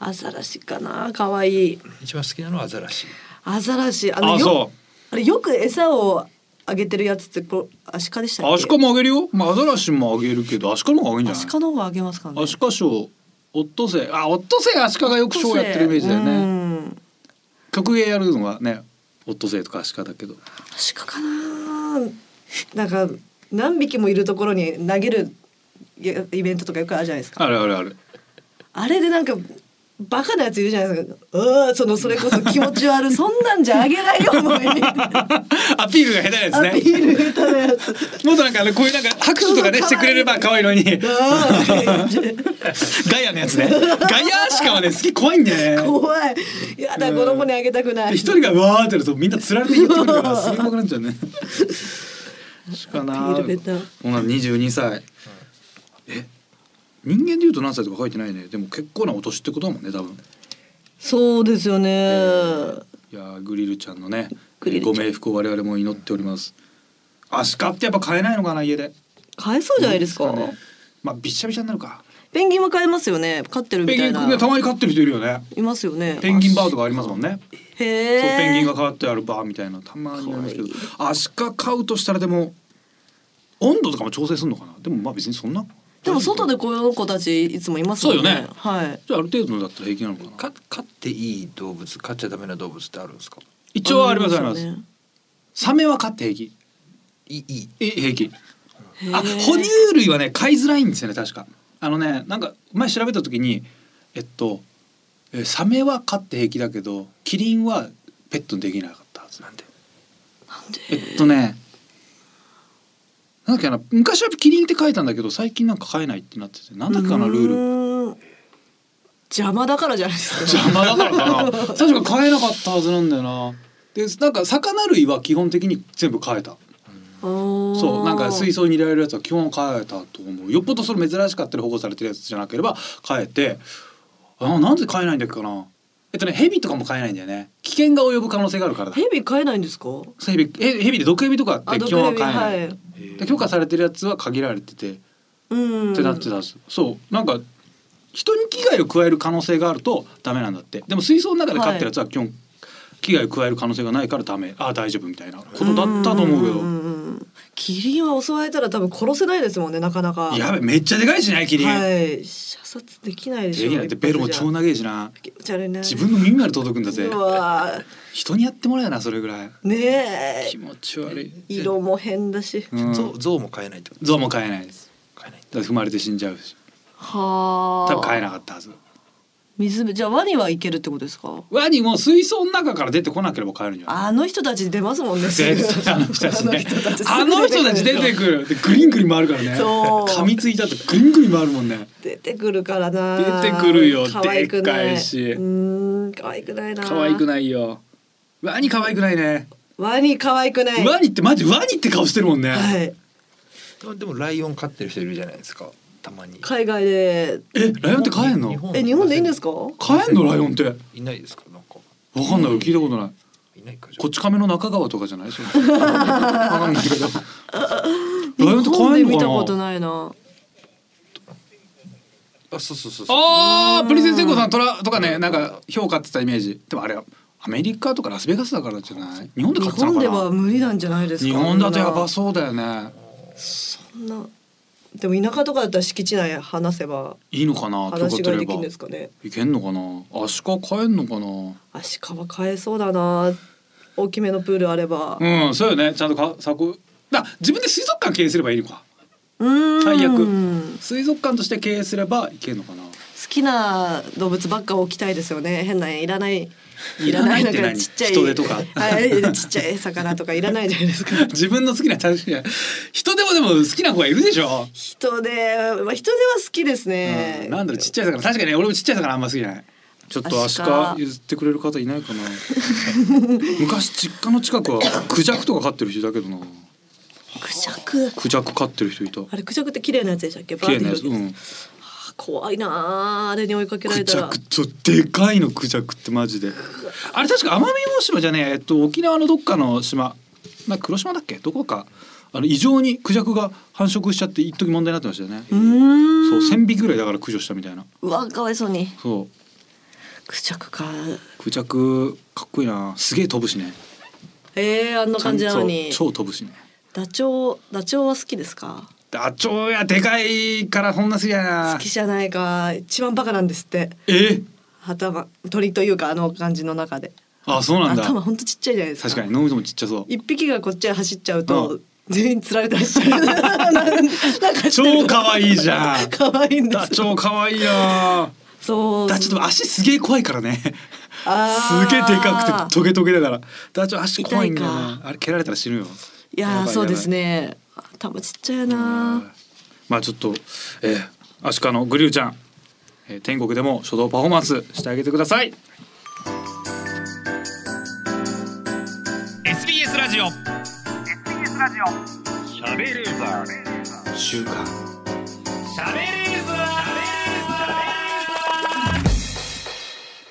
Speaker 4: アザラシかな可愛い
Speaker 5: 一番好きなのはアザラシ。
Speaker 4: アザラシあ
Speaker 3: あ
Speaker 4: のよ
Speaker 3: そ
Speaker 4: あれよく餌をあげてるやつってこうアシカでしたっ
Speaker 3: う
Speaker 4: け
Speaker 3: アシカもあげるよ、まあ、アザラシもあげるけどアシカの方が多いいんじ
Speaker 4: ア
Speaker 3: ゃない
Speaker 4: シカの方があげますかね
Speaker 3: アシカショーオットセイあオットセイアシカがよくショーやってるイメージだよ
Speaker 4: う
Speaker 3: ね
Speaker 4: ん
Speaker 3: 曲芸やるのはねオットセイとかアシカだけど
Speaker 4: アシカかななんか何匹もいるところに投げるやイベントとかよくあるじゃないですか
Speaker 3: あるあるある
Speaker 4: あれでなんかバカなやついるじゃないですかうーそのそれこそ気持ち悪いそんなんじゃあげないよもう
Speaker 3: アピールが下手な
Speaker 4: ア
Speaker 3: や
Speaker 4: ピ
Speaker 3: つね
Speaker 4: ール下手なやつ
Speaker 3: もっとなんかあのこういうなんか拍手とかねしてくれれば可愛いのに
Speaker 4: あー
Speaker 3: ガイアのやつね。ガイアアシカはね、好き怖いんだよね。
Speaker 4: 怖いいやだ子供にあげたくない
Speaker 3: で一人がわーってやると、みんなつられて寄ってくるから、すげえ怖くなっちゃうね。しかな。
Speaker 4: アピールベタ
Speaker 3: こんな二十二歳。え。人間で言うと何歳とか書いてないね。でも結構なお年ってことだもんね、多分。
Speaker 4: そうですよね、
Speaker 3: いやー、グリルちゃんのね。
Speaker 4: グリルちゃ
Speaker 3: ご
Speaker 4: ん
Speaker 3: 冥福を我々も祈っております。アシカってやっぱ買えないのかな、家で。
Speaker 4: 買えそうじゃないですか
Speaker 3: ねまあ、びっしゃびしゃになるか。
Speaker 4: ペンギンは飼えますよね飼ってる
Speaker 3: ペ
Speaker 4: み
Speaker 3: ンギ
Speaker 4: た
Speaker 3: ン
Speaker 4: いな
Speaker 3: ね、たまに飼ってる人いるよね。
Speaker 4: いますよね
Speaker 3: ペンギンバードがありますもんね。
Speaker 4: へえ
Speaker 3: そうペンギンが変わってあるバーみたいなたまにありますけど
Speaker 4: か
Speaker 3: アシカ飼うとしたらでも温度とかも調整するのかなでもまあ別にそんな
Speaker 4: でも外でこの子たちいつもいますもん
Speaker 3: そ
Speaker 4: ね
Speaker 3: うよね
Speaker 4: はい
Speaker 3: じゃあある程度のだったら平気なのかな
Speaker 5: か飼っていい動物、飼っちゃダメな動物ってあるんですか。
Speaker 3: 一応ありますあります
Speaker 4: よね
Speaker 3: サメは飼って平気
Speaker 5: いいいい。
Speaker 3: え平気
Speaker 4: へー
Speaker 3: あ哺乳類はね飼いづらいんですよね確かあのねなんか前調べた時にえっとえーサメは飼って平気だけどキリンはペットにできなかったはずなんで
Speaker 4: なんで
Speaker 3: えっとねなんだっけな昔はキリンって書いたんだけど最近なんか飼えないってなっててなんだっけかなルール
Speaker 4: ール邪魔だからじゃないですか
Speaker 3: 邪魔だから かな最初から飼えなかったはずなんだよなでなんか魚類は基本的に全部飼えた
Speaker 4: そ
Speaker 3: そうなんか水槽に入れられるやつは基本飼えたと思うよっぽどそれ珍しかったり保護されてるやつじゃなければ飼えてあなんで飼えないんだっけかなえっとねヘビとかも飼えないんだよね危険が及ぶ可能性があるからだ
Speaker 4: 蛇飼えないんですか
Speaker 3: ヘビえヘビで毒ヘビとかって基本は飼えない、
Speaker 4: い
Speaker 3: で許可されてるやつは限られてて
Speaker 4: うん
Speaker 3: ってなってたんですよ、そうなんか人に危害を加える可能性があるとダメなんだってでも水槽の中で飼ってるやつは基本、危害を加える可能性がないからダメあ大丈夫みたいなことだったと思うけど
Speaker 4: んんうんキリンは襲われたら多分殺せないですもんねなかなか
Speaker 3: やべめっちゃでかいしねキリン、
Speaker 4: はい射殺できないで
Speaker 3: で
Speaker 4: しょ
Speaker 3: きないってベロも
Speaker 4: 一
Speaker 3: 超
Speaker 4: 発じゃ
Speaker 3: 長いしな
Speaker 4: 気持ち悪いね
Speaker 3: 自分の耳まで届くんだぜ
Speaker 4: うわ
Speaker 3: 人にやってもらえなそれぐらい
Speaker 4: ーねえ
Speaker 3: 気持ち悪い、
Speaker 4: 色も変だし
Speaker 3: うん、
Speaker 5: ゾ
Speaker 3: ゾ
Speaker 5: ウ、ゾウも飼えないってこと。
Speaker 3: ウも飼えないです
Speaker 5: 飼えない。
Speaker 3: だって踏まれて死んじゃうし
Speaker 4: はあ
Speaker 3: 多分飼えなかったはず
Speaker 4: 水辺じゃあワニはいけるってことですか
Speaker 3: ワニも水槽の中から出てこなければ飼えるんじゃない
Speaker 4: あの人たち出ますもんね
Speaker 3: 出てきたあの人たちね。あの人たち出て
Speaker 4: る
Speaker 3: くる。でグリングリン回るからね。
Speaker 4: そう
Speaker 3: 噛みついたってグリングリン回るもんね。
Speaker 4: 出てくるからな
Speaker 3: 出てくるよ
Speaker 4: 可愛くない
Speaker 3: でっかいし
Speaker 4: うーん可愛くないな
Speaker 3: 可愛く
Speaker 4: い
Speaker 3: ないよ。ワニ可愛くないね。
Speaker 4: ワニ可愛くない
Speaker 3: ワニってマジワニって顔してるもんね。
Speaker 4: はい
Speaker 5: でも、でもライオン飼ってる人いるじゃないですか。たまに。
Speaker 4: 海外で
Speaker 3: え、ライオンって飼えんの
Speaker 5: 日？本
Speaker 4: え日本でいいんですか
Speaker 3: 飼えんのライオンって。わ
Speaker 5: いないですか。なんか。
Speaker 3: かんない。俺聞いたことない。
Speaker 5: いないかじゃ
Speaker 3: こっち亀の中川とかじゃない？それわかんないけど。ライオンって可愛い
Speaker 4: 日本で見た
Speaker 3: の
Speaker 4: こ
Speaker 3: か
Speaker 4: と
Speaker 3: な。
Speaker 4: ないな。
Speaker 5: ああそうそうそうそう
Speaker 3: ああ、プリセスエコさん、トラとかね、なんか評価ってたイメージ。でもあれはアメリカとかラスベガスだからじゃない？日本で
Speaker 4: 日
Speaker 3: 買ってたの
Speaker 4: 本
Speaker 3: か
Speaker 4: で
Speaker 3: な？
Speaker 4: は無理なんじゃないですか。
Speaker 3: 日本だとやば
Speaker 4: そ
Speaker 3: そうだよね。
Speaker 4: んな。でも田舎とかだったら敷地内話せば
Speaker 3: いいのかな？
Speaker 4: 話し飼いできるんです
Speaker 3: い
Speaker 4: かね。
Speaker 3: けんのかな？アシカ買えんのかな？
Speaker 4: アシカは飼えそうだな。大きめのプールあれば。
Speaker 3: うん、そうよね。ちゃんとか、さこ、だ、自分で水族館経営すればいいのか。
Speaker 4: うーん
Speaker 3: 最悪
Speaker 4: 好
Speaker 3: 水族館として経営すればいけるのかな。
Speaker 4: きな動物ばっか置きたいですよね。変ないらない。
Speaker 3: いらないって
Speaker 4: ん
Speaker 3: 何？
Speaker 4: かちっちゃい
Speaker 3: 人手とか。
Speaker 4: はい、ちっちゃい魚とかいらないじゃな いですか。
Speaker 3: 自分の好きな確かに人でもでも好きな子がいるでしょ。
Speaker 4: 人で、まあ人では好きですね。
Speaker 3: うんなんだろうちっちゃい魚確かにね俺もちっちゃい魚あんま好きじゃない。ちょっとアシカ
Speaker 4: アシカ
Speaker 3: 譲ってくれる方いない かな。昔実家の近くはクジャクとか飼ってる人いたけどな。
Speaker 4: クジャク。
Speaker 3: クジャク飼ってる人いた。
Speaker 4: あれクジャクって綺麗なやつでしたっけ？バ
Speaker 3: 綺
Speaker 4: ー
Speaker 3: 麗
Speaker 4: ディ
Speaker 3: な
Speaker 4: ー
Speaker 3: や
Speaker 4: の
Speaker 3: つ。うん。
Speaker 4: あ怖いなああれに追いかけら
Speaker 3: ク
Speaker 4: れ
Speaker 3: ジ
Speaker 4: た
Speaker 3: ャ
Speaker 4: ら
Speaker 3: クとでかいのクジャクってマジで。あれ確か奄美大島じゃねええっと沖縄のどっかの島、な黒島だっけどこか。あの異常にクジャクが繁殖しちゃって一時問題になってましたよね。
Speaker 4: うーん
Speaker 3: そう千匹ぐらいだから駆除したみたいな。
Speaker 4: うわかわいそうに
Speaker 3: そう。
Speaker 4: クジャクか
Speaker 3: クジャクかっこいいなすげえ飛ぶしね
Speaker 4: ええあんな感じなのに
Speaker 3: そう超飛ぶしね
Speaker 4: ダチョウダチョウは好きですか
Speaker 3: ダチョウやでかいからそんな好きやな
Speaker 4: 好きじゃないか一番バカなんですって
Speaker 3: え
Speaker 4: 頭鳥というかあの感じの中で
Speaker 3: あそうなんだ
Speaker 4: 頭ほんとちっちゃいじゃないですか
Speaker 3: 確かに脳みそもちっちゃそう
Speaker 4: 一匹がこっちへ走っちゃうと、
Speaker 3: う
Speaker 4: 全員釣られて走っちゃうなんかしてる
Speaker 3: 超可愛いじゃん
Speaker 4: 可愛いんで
Speaker 3: ダ
Speaker 4: す
Speaker 3: チョウ可愛いな
Speaker 4: そう
Speaker 3: ダチョウでも足すげえ怖いからね
Speaker 4: あー
Speaker 3: すげえでかくてトゲトゲだからダチョウ足怖いんだよ
Speaker 4: 痛
Speaker 3: ないあれ蹴られたら死ぬよ
Speaker 4: いやー
Speaker 3: ばば
Speaker 4: そうですね頭ちっちゃいなあ
Speaker 3: まあちょっと、えー、アシカのグリューちゃん、えー天国でも書道パフォーマンスしてあげてください
Speaker 2: SBS ラジオ SBS ラジオしゃべれーザー
Speaker 1: 週刊
Speaker 2: しゃべれーザ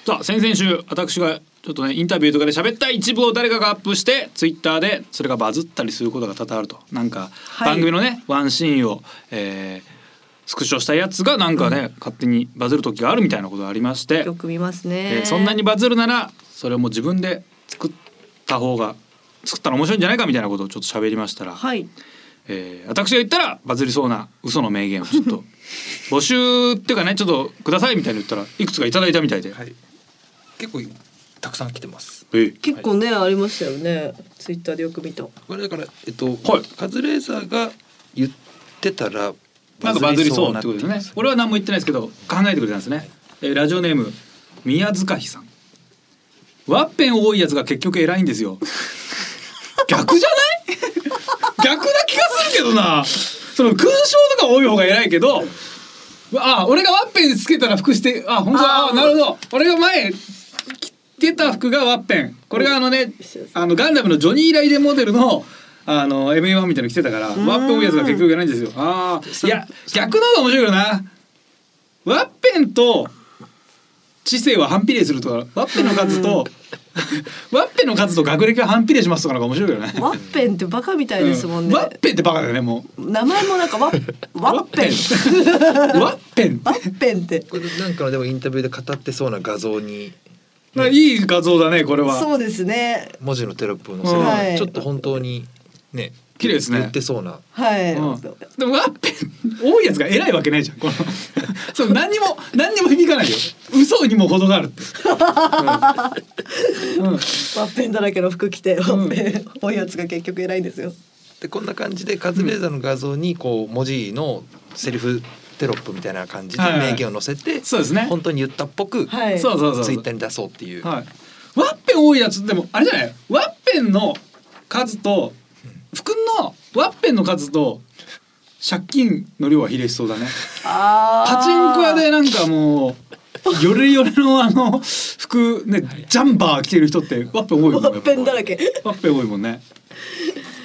Speaker 3: さあ先々週私がちょっとねインタビューとかで喋った一部を誰かがアップしてツイッターでそれがバズったりすることが多々あるとなんか
Speaker 4: い
Speaker 3: 番組のね、ワンシーンを、えースクショしたやつがなんかね、勝手にバズる時があるみたいなことがありまして
Speaker 4: よ、く見ます
Speaker 3: え
Speaker 4: ね、
Speaker 3: ーそんなにバズるならそれも自分で作った方が作ったら面白いんじゃないかみたいなことをちょっと喋りましたら、
Speaker 4: はい
Speaker 3: えー私が言ったらバズりそうな嘘の名言をちょっと募集っていうかねちょっとくださいみたいに言ったらいくつかいただいたみたいで、
Speaker 5: はい結構たくさん来てます
Speaker 3: えー
Speaker 4: 結構ね、ありましたよねツイッターでよく見た
Speaker 5: これだからえっと、
Speaker 3: はい
Speaker 5: カズレーザーが言ってたら
Speaker 3: なんかバズりそうってこと
Speaker 5: バ
Speaker 3: で
Speaker 5: ズ
Speaker 3: す
Speaker 5: り
Speaker 3: ね俺は何も言ってないですけど考えてくれたんですね、えーラジオネーム宮塚ひさんワッペン多いやつが結局偉いんです よ逆じゃない逆な気がするけどなその勲章とか多い方が偉いけどあ俺がワッペンつけたら服してあ本当だあ
Speaker 4: あー
Speaker 3: なるほど俺が前着てた服がワッペンこれがあのねあのガンダムのジョニー・ライデンモデルのあの M1 みたいなの着てたからワッペン多いやつが結局偉いんですよああいや逆の方が面白いよなワッペンと知性は反比例するとかワッペンの数とワッペンの数と学歴は反比例しますとかなんか面白いよね
Speaker 4: ワッペンってバカみたいですもんね
Speaker 3: ワ、ッペンってバカだよねもう
Speaker 4: 名前もなんかワッワッペン
Speaker 3: ワッペン
Speaker 4: ワッペンって
Speaker 5: これなんかのでもインタビューで語ってそうな画像に
Speaker 3: まあいい画像だねこれは
Speaker 4: そうですね
Speaker 5: 文字のテロップも
Speaker 3: うん
Speaker 5: それ
Speaker 4: はい
Speaker 5: ちょっと本当にね
Speaker 3: 綺麗ですね
Speaker 5: 言ってそうな
Speaker 4: はい、
Speaker 3: うんでもワッペン多いやつが偉いわけないじゃんこの そう何にも何にも響かないよ嘘にも程があるって、うんうん
Speaker 4: ワッペンだらけの服着てワ
Speaker 3: ん
Speaker 4: ッペン多いやつが結局偉いんですよ
Speaker 5: でこんな感じでカズレーザーの画像にこう文字のセリフテロップみたいな感じで
Speaker 3: はいはい
Speaker 5: 名言を載せて
Speaker 3: そうですね
Speaker 5: 本当に言ったっぽくツイ
Speaker 4: はい
Speaker 3: そうそうそう
Speaker 5: ッターに出そうっていう
Speaker 3: はい、ワッペン多いやつでもあれじゃないワッペンの数と服のワッペンの数と借金の量は比例しそうだね
Speaker 4: あー
Speaker 3: パチンコ屋でなんかもうよれよれのあの服ねジャンバー着てる人ってワッ ペン多いもんね
Speaker 4: ワッペンだらけ
Speaker 3: ワッペン多いもんね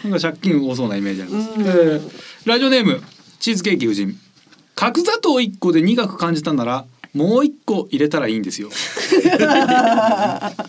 Speaker 3: なんか借金多そうなイメージあります、
Speaker 4: うん
Speaker 3: えーラジオネームチーズケーキ夫人角砂糖1個で苦く感じたならもう一個入れたらいいんですよ。 いや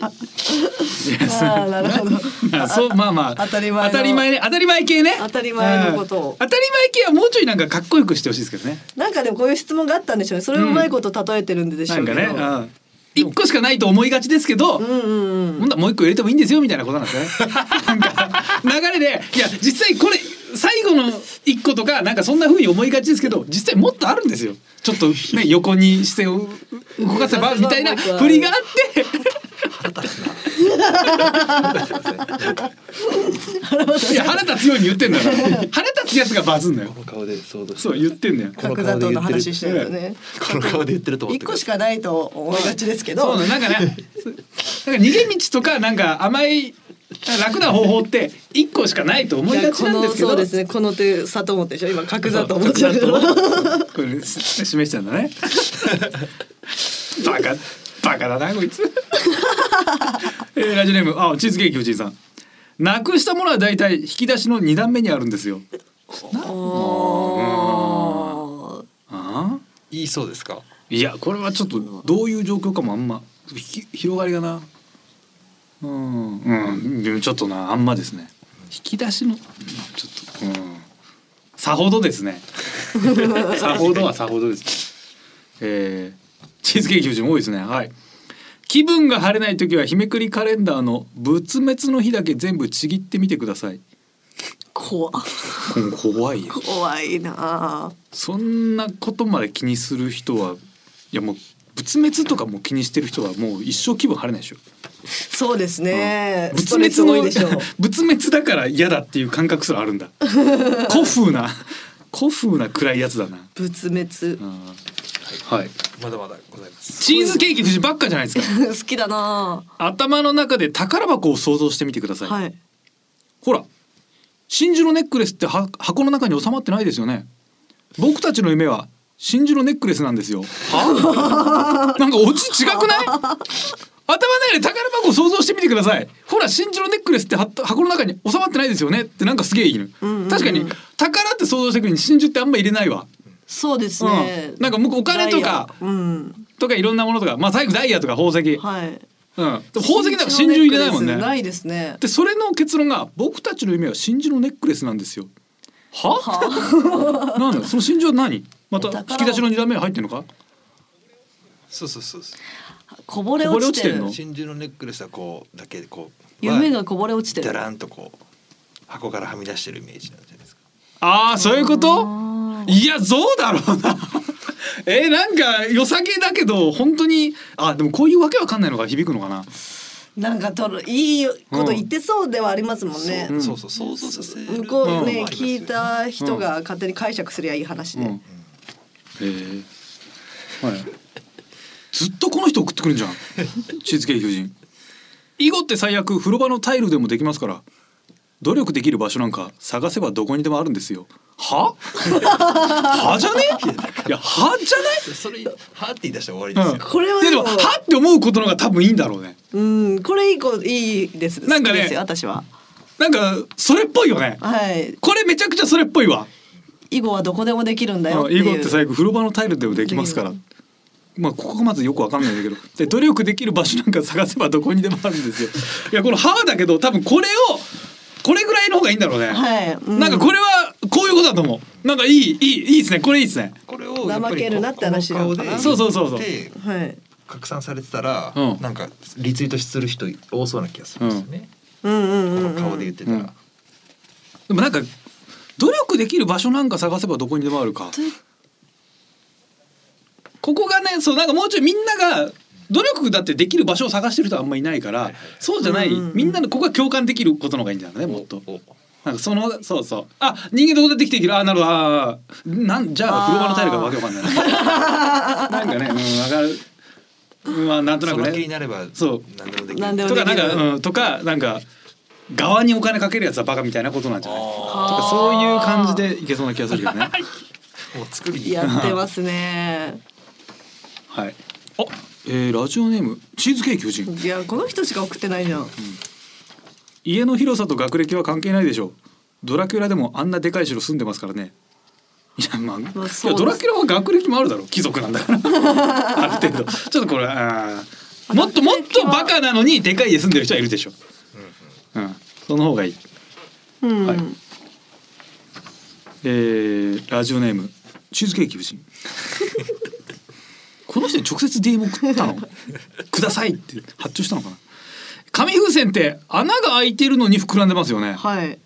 Speaker 4: あーなるほど。
Speaker 3: まあそうまあまあ
Speaker 4: 当たり前の
Speaker 3: 当たり前ね当たり前系ね
Speaker 4: 当たり前のことを
Speaker 3: うん当たり前系はもうちょいなんかかっこよくしてほしいですけどね
Speaker 4: なんかでもこういう質問があったんでしょうね。それをうまいこと例えてるんでし
Speaker 3: な
Speaker 4: ょ
Speaker 3: ん
Speaker 4: う
Speaker 3: か
Speaker 4: けど。
Speaker 3: ね、うん一個しかないと思いがちですけど、
Speaker 4: うんうんうん。
Speaker 3: ほんならもう一個入れてもいいんですよみたいなことなんです ね。なんか流れでいや実際これ最後の一個とかなんかそんな風に思いがちですけど実際もっとあるんですよ。ちょっと ね横に視線を動かせばみたいな振りがあって。いや腹立つように言ってんだから腹立つやつがバズんだよ
Speaker 5: この顔でそうだ
Speaker 3: そう言ってんだよ
Speaker 4: 角砂糖の話してるよね。
Speaker 5: この顔で言ってると思って
Speaker 4: 一個しかないと思いがちですけ
Speaker 3: そ
Speaker 4: ど
Speaker 3: う。なのなんかねなんか逃げ道とかなんか甘い楽な方法って一個しかないと思いがちなんですけど
Speaker 4: いやこのそうですね。この手砂糖持ってるでしょ。今角砂糖持ってる。
Speaker 3: これ示しちゃうんだね。バカバカだなこいつ。えーラジオネームあチーズケーキおじいさん。なくしたものはだいたい引き出しの二段目にあるんですよ。
Speaker 4: あ
Speaker 3: ああ。
Speaker 5: 言いそうですか
Speaker 3: いやこれはちょっとどういう状況かもあんまひ広がりがな。うんうんでもちょっとなあんまですね。引き出しのうんちょっとうんさほどです ね。さほどはさほどです。えー、チーズケーキ夫人多いですね。はい。気分が晴れない時は日めくりカレンダーの仏滅の日だけ全部ちぎってみてください。
Speaker 4: ー怖
Speaker 3: 怖いよ。
Speaker 4: 怖いなあ。
Speaker 3: そんなことまで気にする人はいやもう仏滅とかも気にしてる人はもう一生気分晴れないでしょ。
Speaker 4: そうですね。
Speaker 3: 仏
Speaker 4: ストレス多い
Speaker 3: 滅の
Speaker 4: でしょう。
Speaker 3: 仏滅だから嫌だっていう感覚すらあるん だ。古風な古風な暗いやつだな。
Speaker 4: 仏滅
Speaker 3: う。んはい。
Speaker 5: まだまだございます
Speaker 3: チーズケーキ夫人ばっかじゃないですか。
Speaker 4: 好きだな
Speaker 3: 頭の中で宝箱を想像してみてくだ
Speaker 4: あ。
Speaker 3: さい、
Speaker 4: はい。
Speaker 3: ほら真珠のネックレスっては箱の中に収まってないですよね僕たちの夢は真珠のネックレスなんですよ はなんかオチ違くない頭の中で宝箱を想像してみてくださいほら真珠のネックレスっては箱の中に収まってないですよねってなんかすげえいいの、
Speaker 4: んうんうん
Speaker 3: 確かに宝って想像してくるに真珠ってあんま入れないわ、
Speaker 4: そうですね。
Speaker 3: うんなんか向こうお金とか
Speaker 4: ダイヤうん。
Speaker 3: とかいろんなものとかまあ最後ダイヤとか宝石、
Speaker 4: はい。
Speaker 3: うん、でも宝石なんか真珠入れないもんね
Speaker 4: ないで すね。
Speaker 3: でそれの結論が僕たちの夢は真珠のネックレスなんですよ。は？なんだよその真珠は何？また
Speaker 4: お宝
Speaker 3: 引き出しの二段目に入ってるのか？
Speaker 5: そうそうそうそう
Speaker 4: こぼれ落ちて
Speaker 3: こぼれ
Speaker 4: る
Speaker 3: 落ち。
Speaker 5: 真珠のネックレスはこうだけこう
Speaker 4: 夢がこぼれ落ちて
Speaker 5: だ
Speaker 4: る。
Speaker 5: らんとこう箱からはみ出してるイメージなんじゃないですか
Speaker 3: ああそういうこと？いやそうだろうな。 えーなんか良さげだけど本当にあでもこういうわけわかんないのが響くのかな。
Speaker 4: なんかとるいいこと言ってそうではありますもんね。
Speaker 5: そうそう想像させる
Speaker 4: 向こう
Speaker 5: のもあり
Speaker 4: ね、
Speaker 5: ますよ
Speaker 4: 聞いた人が勝手に解釈すりゃいい話
Speaker 3: うん。
Speaker 4: で。
Speaker 3: へえ。はい。ずっとこの人送ってくるんじゃん。チーズケーキ夫人。囲碁って最悪風呂場のタイルでもできますから。努力できる場所なんか探せばどこにでもあるんですよ。は？ はじゃね？いやはじゃない？
Speaker 5: それはって言い出したら終わりですよ、
Speaker 3: うん
Speaker 4: これはい
Speaker 3: やで
Speaker 4: で
Speaker 3: も
Speaker 4: も、
Speaker 3: はって思うことの方が多分いいんだろうね。
Speaker 4: うん、これいい子いいです。
Speaker 3: なんかね
Speaker 4: 好きですよ私は。
Speaker 3: なんかそれっぽいよね。
Speaker 4: はい。
Speaker 3: これめちゃくちゃそれっぽいわ。
Speaker 4: 囲碁はどこでもできるんだよってい
Speaker 3: 囲
Speaker 4: う。
Speaker 3: 碁って最悪風呂場のタイルでもできますから
Speaker 4: でき。
Speaker 3: まあここがまずよくわかんないんだけど、で努力できる場所なんか探せばどこにでもあるんですよ。いやこの歯だけど多分これをこれぐらいの方がいいんだろうね。
Speaker 4: はいうん
Speaker 3: なんかこれはこういうことだと思う。なんかいいいいいいですね。これいいですね。
Speaker 5: これをやっぱ
Speaker 4: 怠
Speaker 5: り
Speaker 4: けるなって話なのかな
Speaker 5: この顔で
Speaker 3: そうそうそうそう
Speaker 5: で
Speaker 4: はい。
Speaker 5: 拡散されてたら、
Speaker 3: うん
Speaker 5: なんかリツイートする人多そうな気がするんですよね、
Speaker 4: うんうんうんうん。
Speaker 5: この顔で言ってたら、
Speaker 3: うんでもなんか努力できる場所なんか探せばどこにでもあるか。ここがね、そうなんかもうちょいみんなが努力だってできる場所を探してる人はあんまいないから、そうじゃない、
Speaker 4: うんうんうん
Speaker 3: みんなのここが共感できることの方がいいんじゃないねもっと。
Speaker 5: お
Speaker 3: なんかそのそうそうあ人間どこでできていけるあなるほどあーなんじゃあ
Speaker 4: あー
Speaker 3: 風呂場のタイルがわけわかんないななん かねうんわかるうんまあなんとな
Speaker 5: そ
Speaker 3: く
Speaker 5: の気に
Speaker 3: ね
Speaker 5: なれば
Speaker 3: そう
Speaker 5: 何でもできる
Speaker 4: 何でも
Speaker 3: とかなん
Speaker 4: で
Speaker 3: か
Speaker 4: きる
Speaker 3: うんとかなんか側にお金かけるやつはバカみたいなことなんじゃないと
Speaker 5: あ
Speaker 3: かそういう感じでいけそうな気がするけどね
Speaker 5: ーもう作りに
Speaker 4: やってますね。
Speaker 3: はいあえーラジオネームチーズケーキ夫人
Speaker 4: いやこの人しか送ってないじゃん。
Speaker 3: 家の広さと学歴は関係ないでしょうドラキュラでもあんなでかい城住んでますからねいやまあ、
Speaker 4: まあ
Speaker 3: い
Speaker 4: そう
Speaker 3: やドラキュラは学歴もあるだろう貴族なんだから ある程度ちょっとこれあーもっともっとバカなのにでかい家住んでる人はいるでしょ、うん、その方がいい、
Speaker 4: うん、
Speaker 3: はいえー、ラジオネームチーズケーキ夫 人この人に直接 DM 送 ったのくださいって発注したのかな紙風船って穴が開いてるのに膨らんでますよね
Speaker 4: はい。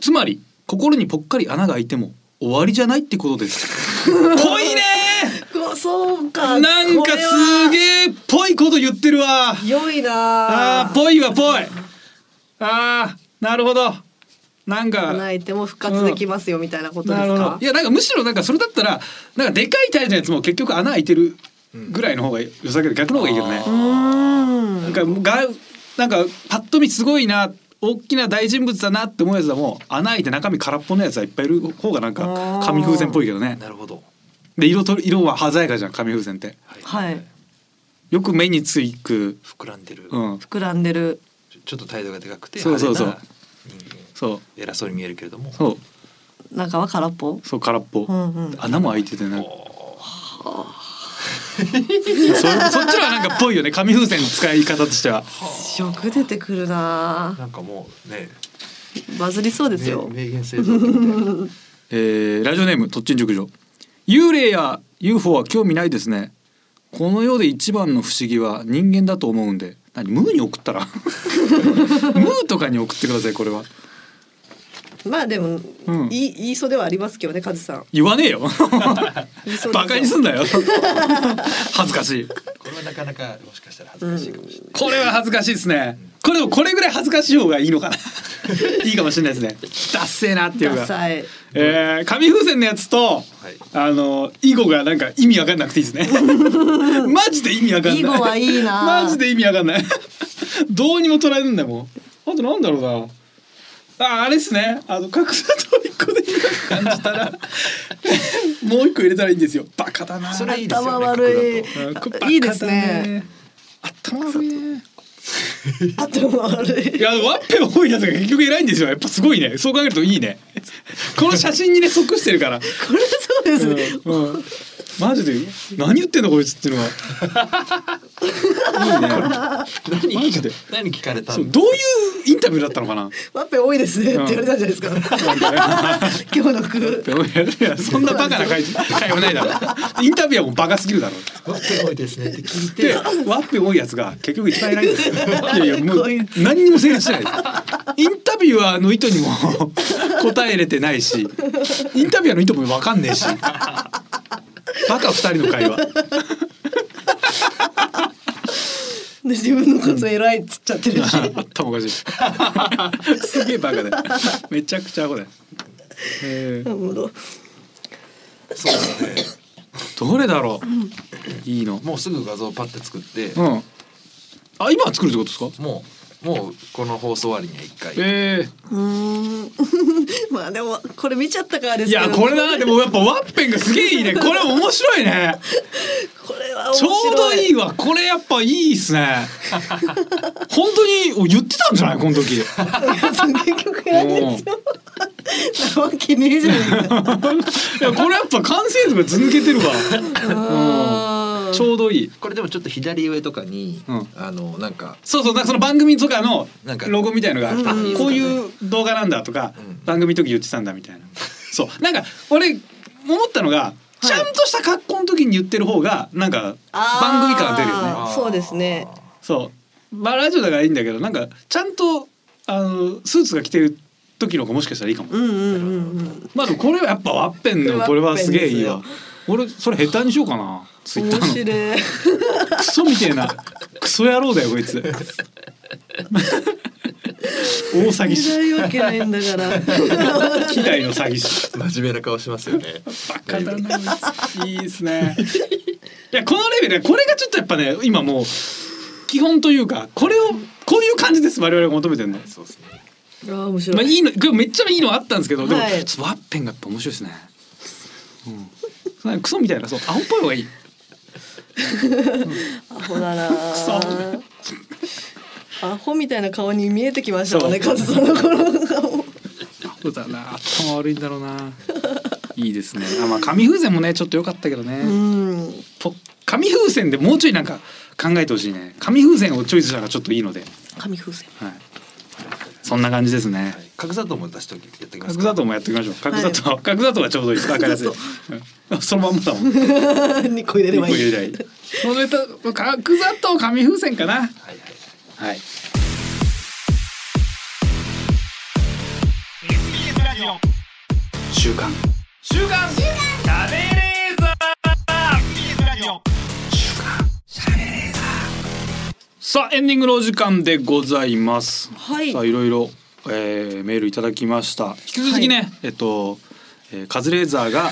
Speaker 3: つまり心にぽっかり穴が開いても終わりじゃないってことです ぽいね
Speaker 4: こそうか。
Speaker 3: ーなんかす
Speaker 4: え。
Speaker 3: げーぽいこと言ってるわ
Speaker 4: 良い
Speaker 3: あ
Speaker 4: な
Speaker 3: ーぽいはぽいあーなるほどなんか
Speaker 4: 泣いても復活できますよみたいなことですか
Speaker 3: い。やなんかむしろなんかそれだったらなんかでかいタイルのやつも結局穴開いてるぐらいの方が良さげで逆の方がいいけどね
Speaker 5: あー
Speaker 4: う
Speaker 3: な
Speaker 4: ー
Speaker 3: ん
Speaker 4: ん。
Speaker 3: かもうがなんかパッと見すごいな大きな大人物だなって思うやつはもう穴開いて中身空っぽのやつはいっぱいいる方がなんか
Speaker 4: あー
Speaker 3: 紙風船っぽいけどね
Speaker 5: なるほど。
Speaker 3: で色と色は鮮やかじゃん紙風船って
Speaker 4: はい。
Speaker 3: よく目についく、
Speaker 5: 膨らんでる、
Speaker 3: うん、
Speaker 4: 膨らんでる。
Speaker 5: ちょちょっと態度がでかくて
Speaker 3: そうそうそう
Speaker 5: 派手な人間
Speaker 3: そう
Speaker 5: 偉そうに見えるけれども
Speaker 3: そう
Speaker 4: 中は空っぽ。
Speaker 3: そう空っぽ、
Speaker 4: うんうん。
Speaker 3: 穴も開いて てなんか。そそっちのはなんかっぽいよね紙風船の使い方としては
Speaker 4: よく出てくるな
Speaker 5: なんかもうね
Speaker 4: バズりそうですよ。
Speaker 5: 名名言制度みたいな
Speaker 3: えーラジオネームとっちん塾女幽霊や UFO は興味ないですねこの世で一番の不思議は人間だと思うんで何ムーに送ったら ムーとかに送ってくださいこれは
Speaker 4: まあでも、
Speaker 3: うん
Speaker 4: いい言いそうではありますけどね、カズさん。
Speaker 3: 言わねえよ
Speaker 4: 言いそうですよ
Speaker 3: バカにすんなよ恥ずかしい
Speaker 5: これはなかなかもしかしたら恥ずかしいかもしれない、
Speaker 3: これは恥ずかしいですねこれでもこれぐらい恥ずかしい方がいいのかないいかもしれないですねダッセーなっていう
Speaker 4: ダ
Speaker 3: か
Speaker 4: サい。
Speaker 3: えー紙風船のやつと、
Speaker 5: い
Speaker 3: あの囲碁がなんか意味わかんなくていいで すねマジで意味わかんない
Speaker 4: 囲碁はいいな
Speaker 3: マジで意味わかんないどうにも捉えるんだもんあとなんだろうなああれですねあの格差と一個で意味が感じたら もう一個入れたらいいんですよバカだな
Speaker 5: それいいですよね
Speaker 4: 頭悪い
Speaker 5: こ
Speaker 3: うんこれバカ。だ
Speaker 4: いいですね。
Speaker 3: 頭悪いね
Speaker 4: 頭悪
Speaker 3: い
Speaker 4: い。
Speaker 3: やワッペン多いやつが結局偉いんですよやっぱすごいねそう考えるといいねこの写真にね即してるから
Speaker 4: これそうですね。
Speaker 3: うん、マジで何言ってんだこいつっていうのはいいねマジで
Speaker 5: 何聞かれた
Speaker 3: そ
Speaker 5: の
Speaker 3: うどういうインタビューだったのかな
Speaker 4: ワッペン多いですねって
Speaker 3: うん
Speaker 4: 言われたんじゃないですか。今日の句。
Speaker 3: いやそんなバカな会会話ないだろインタビューはもうバカすぎるだろ
Speaker 5: わって多いですねって聞 い
Speaker 3: で
Speaker 5: て
Speaker 3: ワッペン多いやつが結局一番偉いんです よいやいやもう
Speaker 4: こいつ
Speaker 3: 何にも成立してないインタビュアーの意図にも答えれてないしインタビュアーの意図も分かんねえしバカ二人の会話
Speaker 4: で自分のこと偉いっつっちゃってる し。
Speaker 3: 頭おかしいすげえバカだよめちゃくちゃアホだよえー
Speaker 4: なるほど
Speaker 5: そうだね
Speaker 3: どれだろういいの
Speaker 5: もうすぐ画像パッて作って、
Speaker 3: うんあ今作るってことですか
Speaker 5: もうもうこの放送終わりには一回
Speaker 3: え
Speaker 4: うーん。 まあでもこれ見ちゃったからで
Speaker 3: ー、
Speaker 4: す
Speaker 3: い
Speaker 4: けど。
Speaker 3: やこれだなでもやっぱワッペンがすげえいいねこれ面白いね
Speaker 4: これは面
Speaker 3: ちょ
Speaker 4: 白
Speaker 3: うどいいわこれやっぱいいっすね本当にお言ってたんじゃないこの時
Speaker 4: 結局偉いんですよ。なわけねえじゃないか。
Speaker 3: いやこれやっぱ完成度がず抜けてるわ、
Speaker 4: あ
Speaker 3: うん、
Speaker 4: ー
Speaker 3: ちょうどいい
Speaker 5: これでもちょっと左上とかに、
Speaker 3: うん
Speaker 5: あのなんか
Speaker 3: そうそうなんかその番組とかの
Speaker 5: なんか
Speaker 3: ロゴみたいのがあって
Speaker 4: うんうんうん
Speaker 3: あこういう動画なんだとか、
Speaker 5: うん
Speaker 3: 番組の時言ってたんだみたいなそうなんか俺思ったのが、
Speaker 4: い
Speaker 3: ちゃんとした格好の時に言ってる方がなんか
Speaker 4: あー
Speaker 3: 番組感が出るよね
Speaker 4: あそうですね
Speaker 3: そうまあラジオだからいいんだけどなんかちゃんとあのスーツが着てる時の方がもしかしたらいいかも、
Speaker 4: うんうんうんうん。
Speaker 3: まあでもこれはやっぱワッペンでもこれはすげえいいわ俺それ下手にしようかなツイッタ
Speaker 4: 面
Speaker 3: ーの
Speaker 4: 白い。
Speaker 3: クソみてえなクソ野郎だよこいつ大詐 欺師
Speaker 4: 見ないわ けないんだから。
Speaker 3: 機体の詐欺師
Speaker 5: 真面目な顔しますよね
Speaker 3: バカだなないいですねいやこのレベルねこれがちょっとやっぱね今もう基本というかこれをこういう感じです我々が求めてるの、
Speaker 5: そうですね
Speaker 4: ああ面
Speaker 3: まあ、
Speaker 4: 白い。
Speaker 3: いいのこれめっちゃいいのあったんですけどでも、
Speaker 4: はい
Speaker 3: ちょっとワッペンがやっぱ面白いですね、うんなんかクソみたいなそう青っぽい方がいい
Speaker 4: アホだな
Speaker 3: そ
Speaker 4: ー。アホみたいな顔に見えてきましたもんね、
Speaker 3: そ
Speaker 4: カ
Speaker 3: う
Speaker 4: ズさんの頃の顔。
Speaker 3: そうだな頭悪いんだろうないいですねあまあ紙風船もねちょっと良かったけどね、
Speaker 4: うん
Speaker 3: と紙風船でもうちょいなんか考えてほしいね紙風船をチョイスしたのがちょっといいので、
Speaker 4: 紙風船
Speaker 3: はい、そんな感じですね、
Speaker 5: 角砂糖も出しときやってきます
Speaker 3: 角
Speaker 5: か
Speaker 3: 砂糖もやっていきましょう角砂糖、角砂糖はちょうどいいですわかりやすいうんそのまんまだもん1
Speaker 4: 2個入れれ
Speaker 3: 個
Speaker 4: ばい
Speaker 3: 入れ
Speaker 4: い
Speaker 3: たいそのネタ角砂糖紙風船かな
Speaker 5: はいはい
Speaker 3: はい
Speaker 2: SBS ラジオ
Speaker 1: 週刊
Speaker 2: 週刊しゃべれーザー SBS ラジオ
Speaker 3: さあエンディングのお時間でございます、
Speaker 4: はい
Speaker 3: さあいろいろ、えーメールいただきました引き続きね、えっと、えーカズレーザーが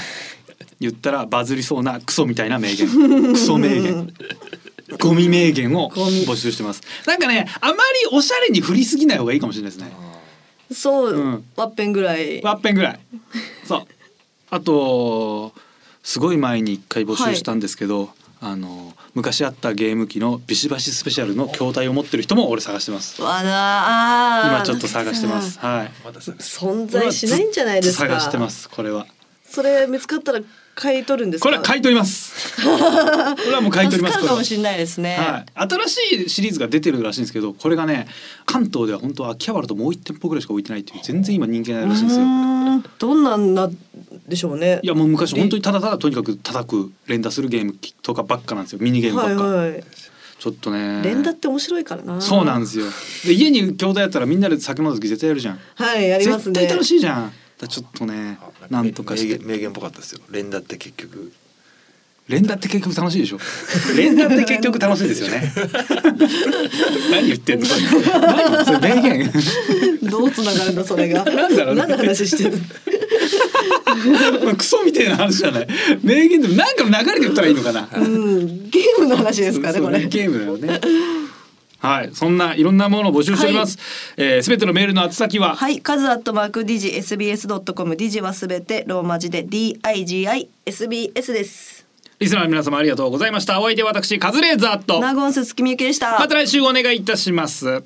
Speaker 3: 言ったらバズりそうなクソみたいな名言 クソ名言ゴミ名言を
Speaker 4: ゴミ
Speaker 3: 募集してますなんかねあまりおしゃれに振りすぎない方がいいかもしれないですね
Speaker 4: そう、
Speaker 3: うん
Speaker 4: ワッペンぐらい
Speaker 3: ワッペンぐらいそうあとすごい前に一回募集したんですけど、あの昔あったゲーム機のビシバシスペシャルの筐体を持ってる人も俺探してます
Speaker 4: わだあー
Speaker 3: 今ちょっと探してます。はい。
Speaker 5: まだ探す
Speaker 4: 存在しないんじゃないですか
Speaker 3: 探してます。これは。
Speaker 4: それ見つかったら買い取るんですか
Speaker 3: これは買い取ります。これはもう買い取ります。
Speaker 4: 助かるかもしれないですね、
Speaker 3: はい。新しいシリーズが出てるらしいんですけど、これがね、関東では本当は秋葉原ともう一店舗ぐらいしか置いてないっていう全然今人気ないうらしいんですよ。
Speaker 4: ーんどんなんなんでしょうね
Speaker 3: いやもう昔本当にただただとにかく叩く連打するゲーム機とかばっかなんですよ。ミニゲームばっ
Speaker 4: は
Speaker 3: か。
Speaker 4: いはい
Speaker 3: ちょっとね。
Speaker 4: 連打って面白いからな
Speaker 3: そうなん
Speaker 4: で
Speaker 3: ですよ。で家に兄弟やったらみんなで酒飲んだ時絶対やるじゃん。
Speaker 4: すはいやりますね
Speaker 3: 絶対楽しいじゃん。だからちょっとね、なんとかして
Speaker 5: 名言名言っぽかったですよ連打って結局
Speaker 3: 連打って結局楽しいで しょ。連打って結局楽しいですよね。 何言ってんの。何それ名言。
Speaker 4: どうつながるのそれが
Speaker 3: なんだろうね
Speaker 4: 何の話してる
Speaker 3: クソみたいな話じゃない。名言でもなんかの流れで言ったらいいのかな。
Speaker 4: うんゲームの話ですかね
Speaker 3: そう
Speaker 4: これ
Speaker 3: ゲームだよね。はい、そんないろんなものを募集しております。えーす、べ、てのメールの宛先は、
Speaker 4: はい、カズアットマークディジ SBS ドットコムディジはすべてローマ字で D I G I S B S です。
Speaker 3: リスナーの皆様ありがとうございました。お相手は私カズレーザーと、
Speaker 4: ナゴンス月見ゆきでした。
Speaker 3: また来週お願いいたします。